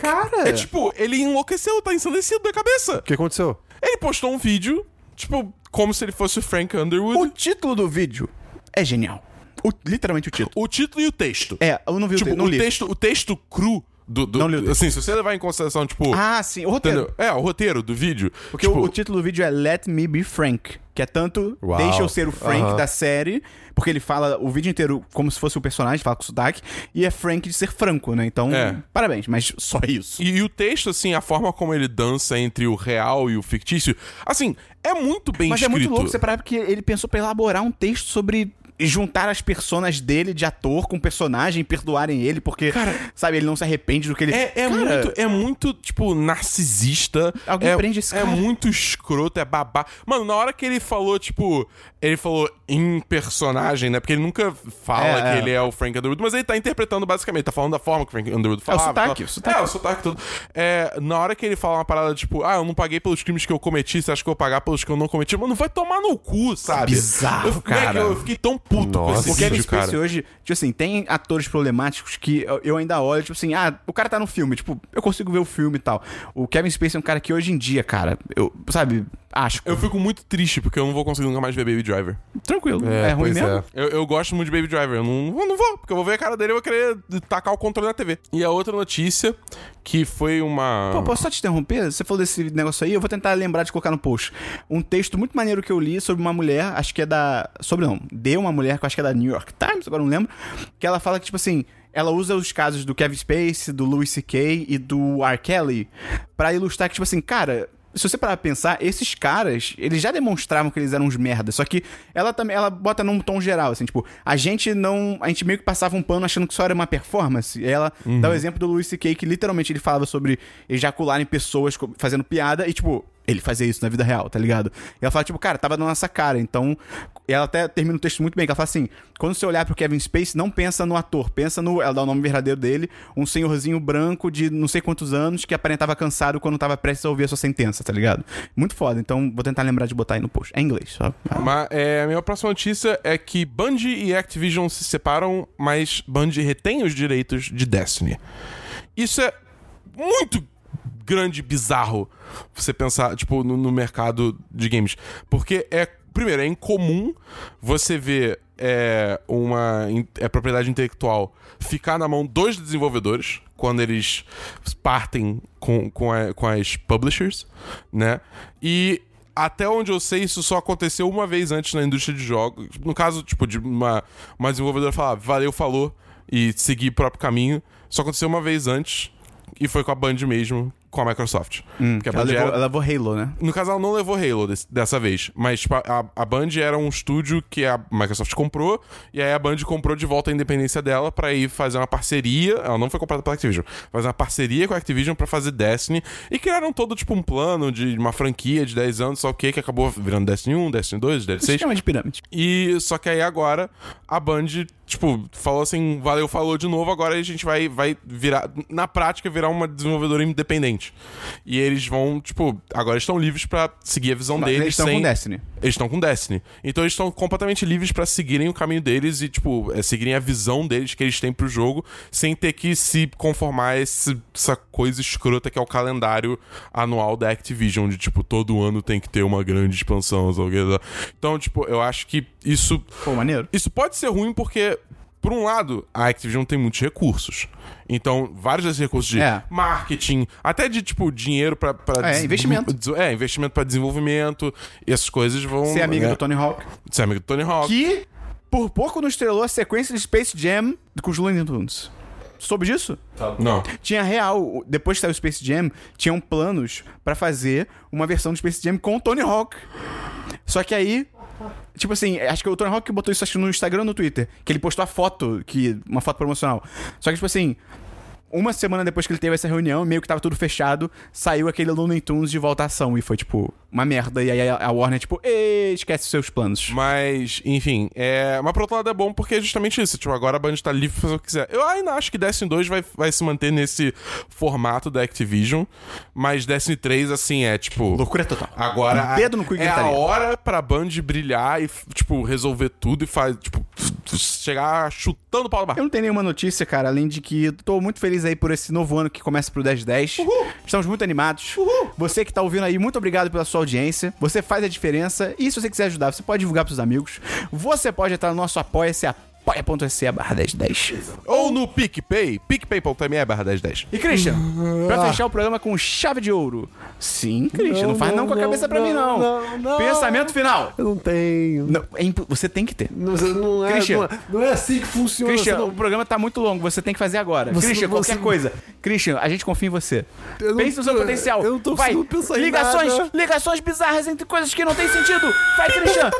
S1: Cara.
S4: É tipo, ele enlouqueceu, tá ensandecido da cabeça.
S3: O que aconteceu?
S4: Ele postou um vídeo, tipo, como se ele fosse o Frank
S1: O
S4: Underwood.
S1: título do vídeo é genial. O- literalmente o título.
S4: O, título e o texto.
S1: É, eu não vi o,
S4: tipo,
S1: te- não
S4: o
S1: li.
S4: texto, o texto cru do. do-
S1: Não li o texto.
S4: assim, se você levar em consideração, tipo.
S1: Ah, sim, o roteiro.
S4: entendeu? É, o roteiro do vídeo.
S1: Porque
S4: tipo,
S1: o, o título do vídeo é Let Me Be Frank, que é tanto
S3: Uau.
S1: deixa eu ser o Frank
S3: Aham.
S1: da série, porque ele fala o vídeo inteiro como se fosse o personagem, fala com sotaque, e é Frank de ser franco, né? Então,
S4: É.
S1: parabéns, mas só isso.
S4: E, e o texto, assim, a forma como ele dança entre o real e o fictício, assim, é muito bem
S1: Mas é
S4: escrito.
S1: muito louco você parar porque ele pensou pra elaborar um texto sobre juntar as personas dele de ator com personagem, perdoarem ele, porque, sabe, ele não se arrepende do que ele...
S4: É, é
S1: Cara,
S4: muito, é muito, tipo, narcisista.
S1: Alguém
S4: é,
S1: prende esse
S4: É
S1: cara.
S4: muito escroto, é babá. Mano, na hora que ele falou, tipo, ele falou em personagem, né? Porque ele nunca fala
S1: É, é.
S4: que ele é o Frank Underwood, mas ele tá interpretando basicamente, tá falando da forma que o Frank Underwood falava. e tal.
S1: sotaque, o sotaque.
S4: É, o sotaque todo. É, na hora que ele fala uma parada, tipo, ah, eu não paguei pelos crimes que eu cometi, você acha que eu vou pagar pelos que eu não cometi? Mano, vai tomar no cu, sabe?
S1: Bizarro,
S4: eu, fiquei-
S1: cara.
S4: Eu, fiquei tão puto com
S3: Nossa.
S4: esse
S1: O Kevin
S4: vídeo, cara.
S1: Spacey é hoje, tipo assim, tem atores problemáticos que eu- eu ainda olho, tipo assim, ah, o cara tá no filme, tipo, eu consigo ver o filme e tal. O Kevin Spacey é um cara que hoje em dia, cara, eu, sabe, acho.
S4: Eu fico muito triste porque eu não vou conseguir nunca mais ver Baby Driver.
S1: Tranquilo, é, ruim
S3: pois
S1: mesmo.
S3: é.
S4: Eu, eu gosto muito de Baby Driver. Eu não, eu não vou, porque eu vou ver a cara dele e eu vou querer tacar o controle na TV. E a outra notícia, que foi uma.
S1: Pô, posso só te interromper? Você falou desse negócio aí, eu vou tentar lembrar de colocar no post. Um texto muito maneiro que eu li sobre uma mulher, acho que é da. Sobre não, de uma uma mulher, que eu acho que é da New York Times, agora não lembro, que ela fala que, tipo assim, ela usa os casos do Kevin Spacey, do Louis C.K. e do R. Kelly pra ilustrar que, tipo assim, cara, se você parar pra pensar, esses caras, eles já demonstravam que eles eram uns merda. Só que ela também, ela bota num tom geral, assim, tipo, a gente não. A gente meio que passava um pano achando que só era uma performance. E ela dá o exemplo do Louis C.K., que literalmente ele falava sobre ejacular em pessoas co- fazendo piada e, tipo. Ele fazia isso na vida real, tá ligado? E ela fala, tipo, cara, tava na nossa cara. Então, ela até termina o texto muito bem, que ela fala assim: quando você olhar pro Kevin Space, não pensa no ator, pensa no. Ela dá o nome verdadeiro dele, um senhorzinho branco de não sei quantos anos que aparentava cansado quando tava prestes a ouvir a sua sentença, tá ligado? Muito foda, então vou tentar lembrar de botar aí no post. É em inglês, só.
S4: Mas é, a minha próxima notícia é que Bungie e Activision se separam, mas Bungie retém os direitos de Destiny. Isso é muito grande e bizarro você pensar, tipo, no, no mercado de games. Porque é. Primeiro, é incomum você ver é, uma in- é, propriedade intelectual ficar na mão dos desenvolvedores quando eles partem com, com, a- com as publishers, né? E até onde eu sei, isso só aconteceu uma vez antes na indústria de jogos. No caso, tipo, de uma, uma desenvolvedora falar, "Ah, valeu, falou, e seguir o próprio caminho. Só aconteceu uma vez antes, e foi com a Band mesmo, com a Microsoft. Porque a
S1: Hum, Ela
S4: Band
S1: levou,
S4: era-
S1: ela levou Halo, né?
S4: no caso, ela não levou Halo des- dessa vez. Mas tipo, a, a Band era um estúdio que a Microsoft comprou. E aí a Band comprou de volta a independência dela pra ir fazer uma parceria. Ela não foi comprada pela Activision. Fazer uma parceria com a Activision pra fazer Destiny. E criaram todo tipo um plano de uma franquia de 10 anos, só o que, que acabou virando Destiny 1, Destiny 2,
S1: Vocês
S4: DLC.
S1: chamam de pirâmide.
S4: E só que aí agora a Band, tipo, falou assim, valeu, falou de novo, agora a gente vai, vai virar, na prática, virar uma desenvolvedora independente. E eles vão, tipo, agora estão livres pra seguir a visão
S1: Não,
S4: Um deles.
S1: eles estão
S4: sem-
S1: com Destiny.
S4: Eles estão com Destiny. Então eles estão completamente livres pra seguirem o caminho deles e, tipo, é, seguirem a visão deles que eles têm pro jogo, sem ter que se conformar a esse- essa coisa escrota que é o calendário anual da Activision, de, tipo, todo ano tem que ter uma grande expansão. sabe o quê? Então, tipo, eu acho que isso
S1: Pô, maneiro.
S4: isso pode ser ruim porque, por um lado, a Activision tem muitos recursos. Então, vários desses recursos de
S1: É.
S4: marketing, até de, tipo, dinheiro pra... pra
S1: É,
S4: des-
S1: investimento.
S4: des- É, investimento pra desenvolvimento. E essas coisas vão...
S1: Ser amiga
S4: né?
S1: do Tony Hawk.
S4: Ser amiga do Tony Hawk.
S1: Que por pouco não estrelou a sequência de Space Jam com os Looney Tunes. Soube disso?
S4: Não.
S1: Tinha real, o- depois que saiu o Space Jam, tinham planos pra fazer uma versão do Space Jam com o Tony Hawk. Só que aí, tipo assim, acho que o Tony Hawk botou isso acho que no Instagram ou no Twitter, que ele postou a foto, que uma foto promocional. Só que tipo assim, uma semana depois que ele teve essa reunião, meio que tava tudo fechado, saiu aquele Looney Tunes de volta à ação e foi tipo uma merda e aí a a Warner tipo, "Ei, esquece os seus planos.
S4: Mas, enfim, é... mas por outro lado é bom porque é justamente isso. Tipo, agora a Band tá livre pra fazer o que quiser. Eu ainda acho que Destiny 2 vai, vai se manter nesse formato da Activision, mas Destiny 3, assim, é tipo.
S1: Loucura total.
S4: Agora
S1: Um dedo no cu e
S4: é a
S1: gritaria.
S4: hora pra Band brilhar e, tipo, resolver tudo e faz, tipo, chegar chutando o pau do
S1: Eu
S4: barco.
S1: não tenho nenhuma notícia, cara, além de que eu tô muito feliz aí por esse novo ano que começa pro 1010. Estamos muito animados. Você que tá ouvindo aí, muito obrigado pela sua audiência. Você faz a diferença. E se você quiser ajudar, você pode divulgar pros seus amigos. Você pode entrar no nosso apoia-se, apoia.se barra 1010.
S4: Ou no PicPay, picpay.me é barra 1010.
S1: E Christian,
S3: Ah.
S1: pra fechar o programa com chave de ouro. Sim, Christian, não, faz não, com a cabeça pra mim, não.
S3: não, não.
S1: Pensamento final.
S3: Eu não tenho.
S1: Não, é impo- você tem que ter.
S3: Não, não, é,
S1: Christian.
S3: não, é, não é assim que funciona.
S1: Christian,
S3: você não-
S1: o programa tá muito longo, você tem que fazer agora.
S3: Você-
S1: Christian,
S3: você-
S1: qualquer coisa. Christian, a gente confia em você.
S3: Eu não
S1: Pense no seu
S3: tô-
S1: potencial.
S3: eu não tô
S1: Vai.
S3: conseguindo pensar em
S1: ligações,
S3: nada.
S1: ligações bizarras entre coisas que não têm sentido. Vai, Christian.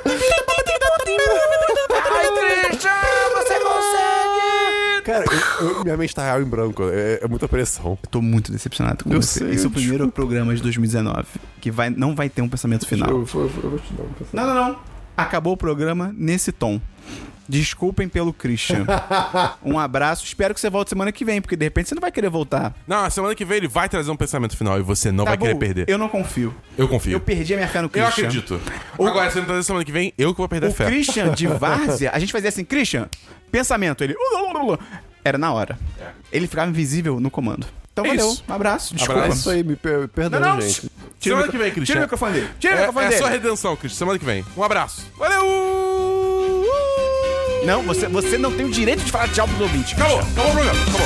S1: Vai, Christian, você consegue.
S3: Cara, eu- eu- minha mente tá real em branco. É, é muita pressão.
S1: Eu tô muito decepcionado com
S3: Eu
S1: você.
S3: sei,
S1: Esse é o
S3: eu
S1: primeiro programa de 2019 que vai, não vai ter um pensamento final.
S3: Eu, eu- eu vou te dar um pensamento.
S1: Não, não, não. Acabou o programa nesse tom. Desculpem pelo Christian. um abraço. Espero que você volte semana que vem, porque de repente você não vai querer voltar.
S4: Não, semana que vem ele vai trazer um pensamento final e você não vai
S1: Dabu,
S4: querer perder. Eu,
S1: Tá Eu não confio.
S4: confio.
S1: Eu
S4: Eu,
S1: perdi a minha fé no Christian.
S4: acredito. Agora, se ele trazer semana que vem, eu que vou perder a
S1: O
S4: fé.
S1: Christian de Várzea, a gente fazia assim, Christian, pensamento. Ele. Era na hora. Ele ficava invisível no comando. Então
S4: É
S1: valeu.
S4: isso.
S1: Um abraço. Desculpa.
S3: É
S4: Abraço.
S3: isso aí, me per perdão,
S1: Não, não.
S3: gente.
S1: Tira o
S4: Semana
S1: micro-
S4: que vem, Christian.
S1: Tira o microfone dele. Tira o microfone
S4: É, é
S1: dele.
S4: sua redenção, Christian. Semana que vem. Um abraço. Valeu!
S1: Não, você, você não tem o direito de falar tchau pros ouvintes.
S4: Acabou, acabou o programa, acabou.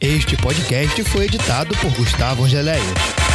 S5: Este podcast foi editado por Gustavo Angeléia.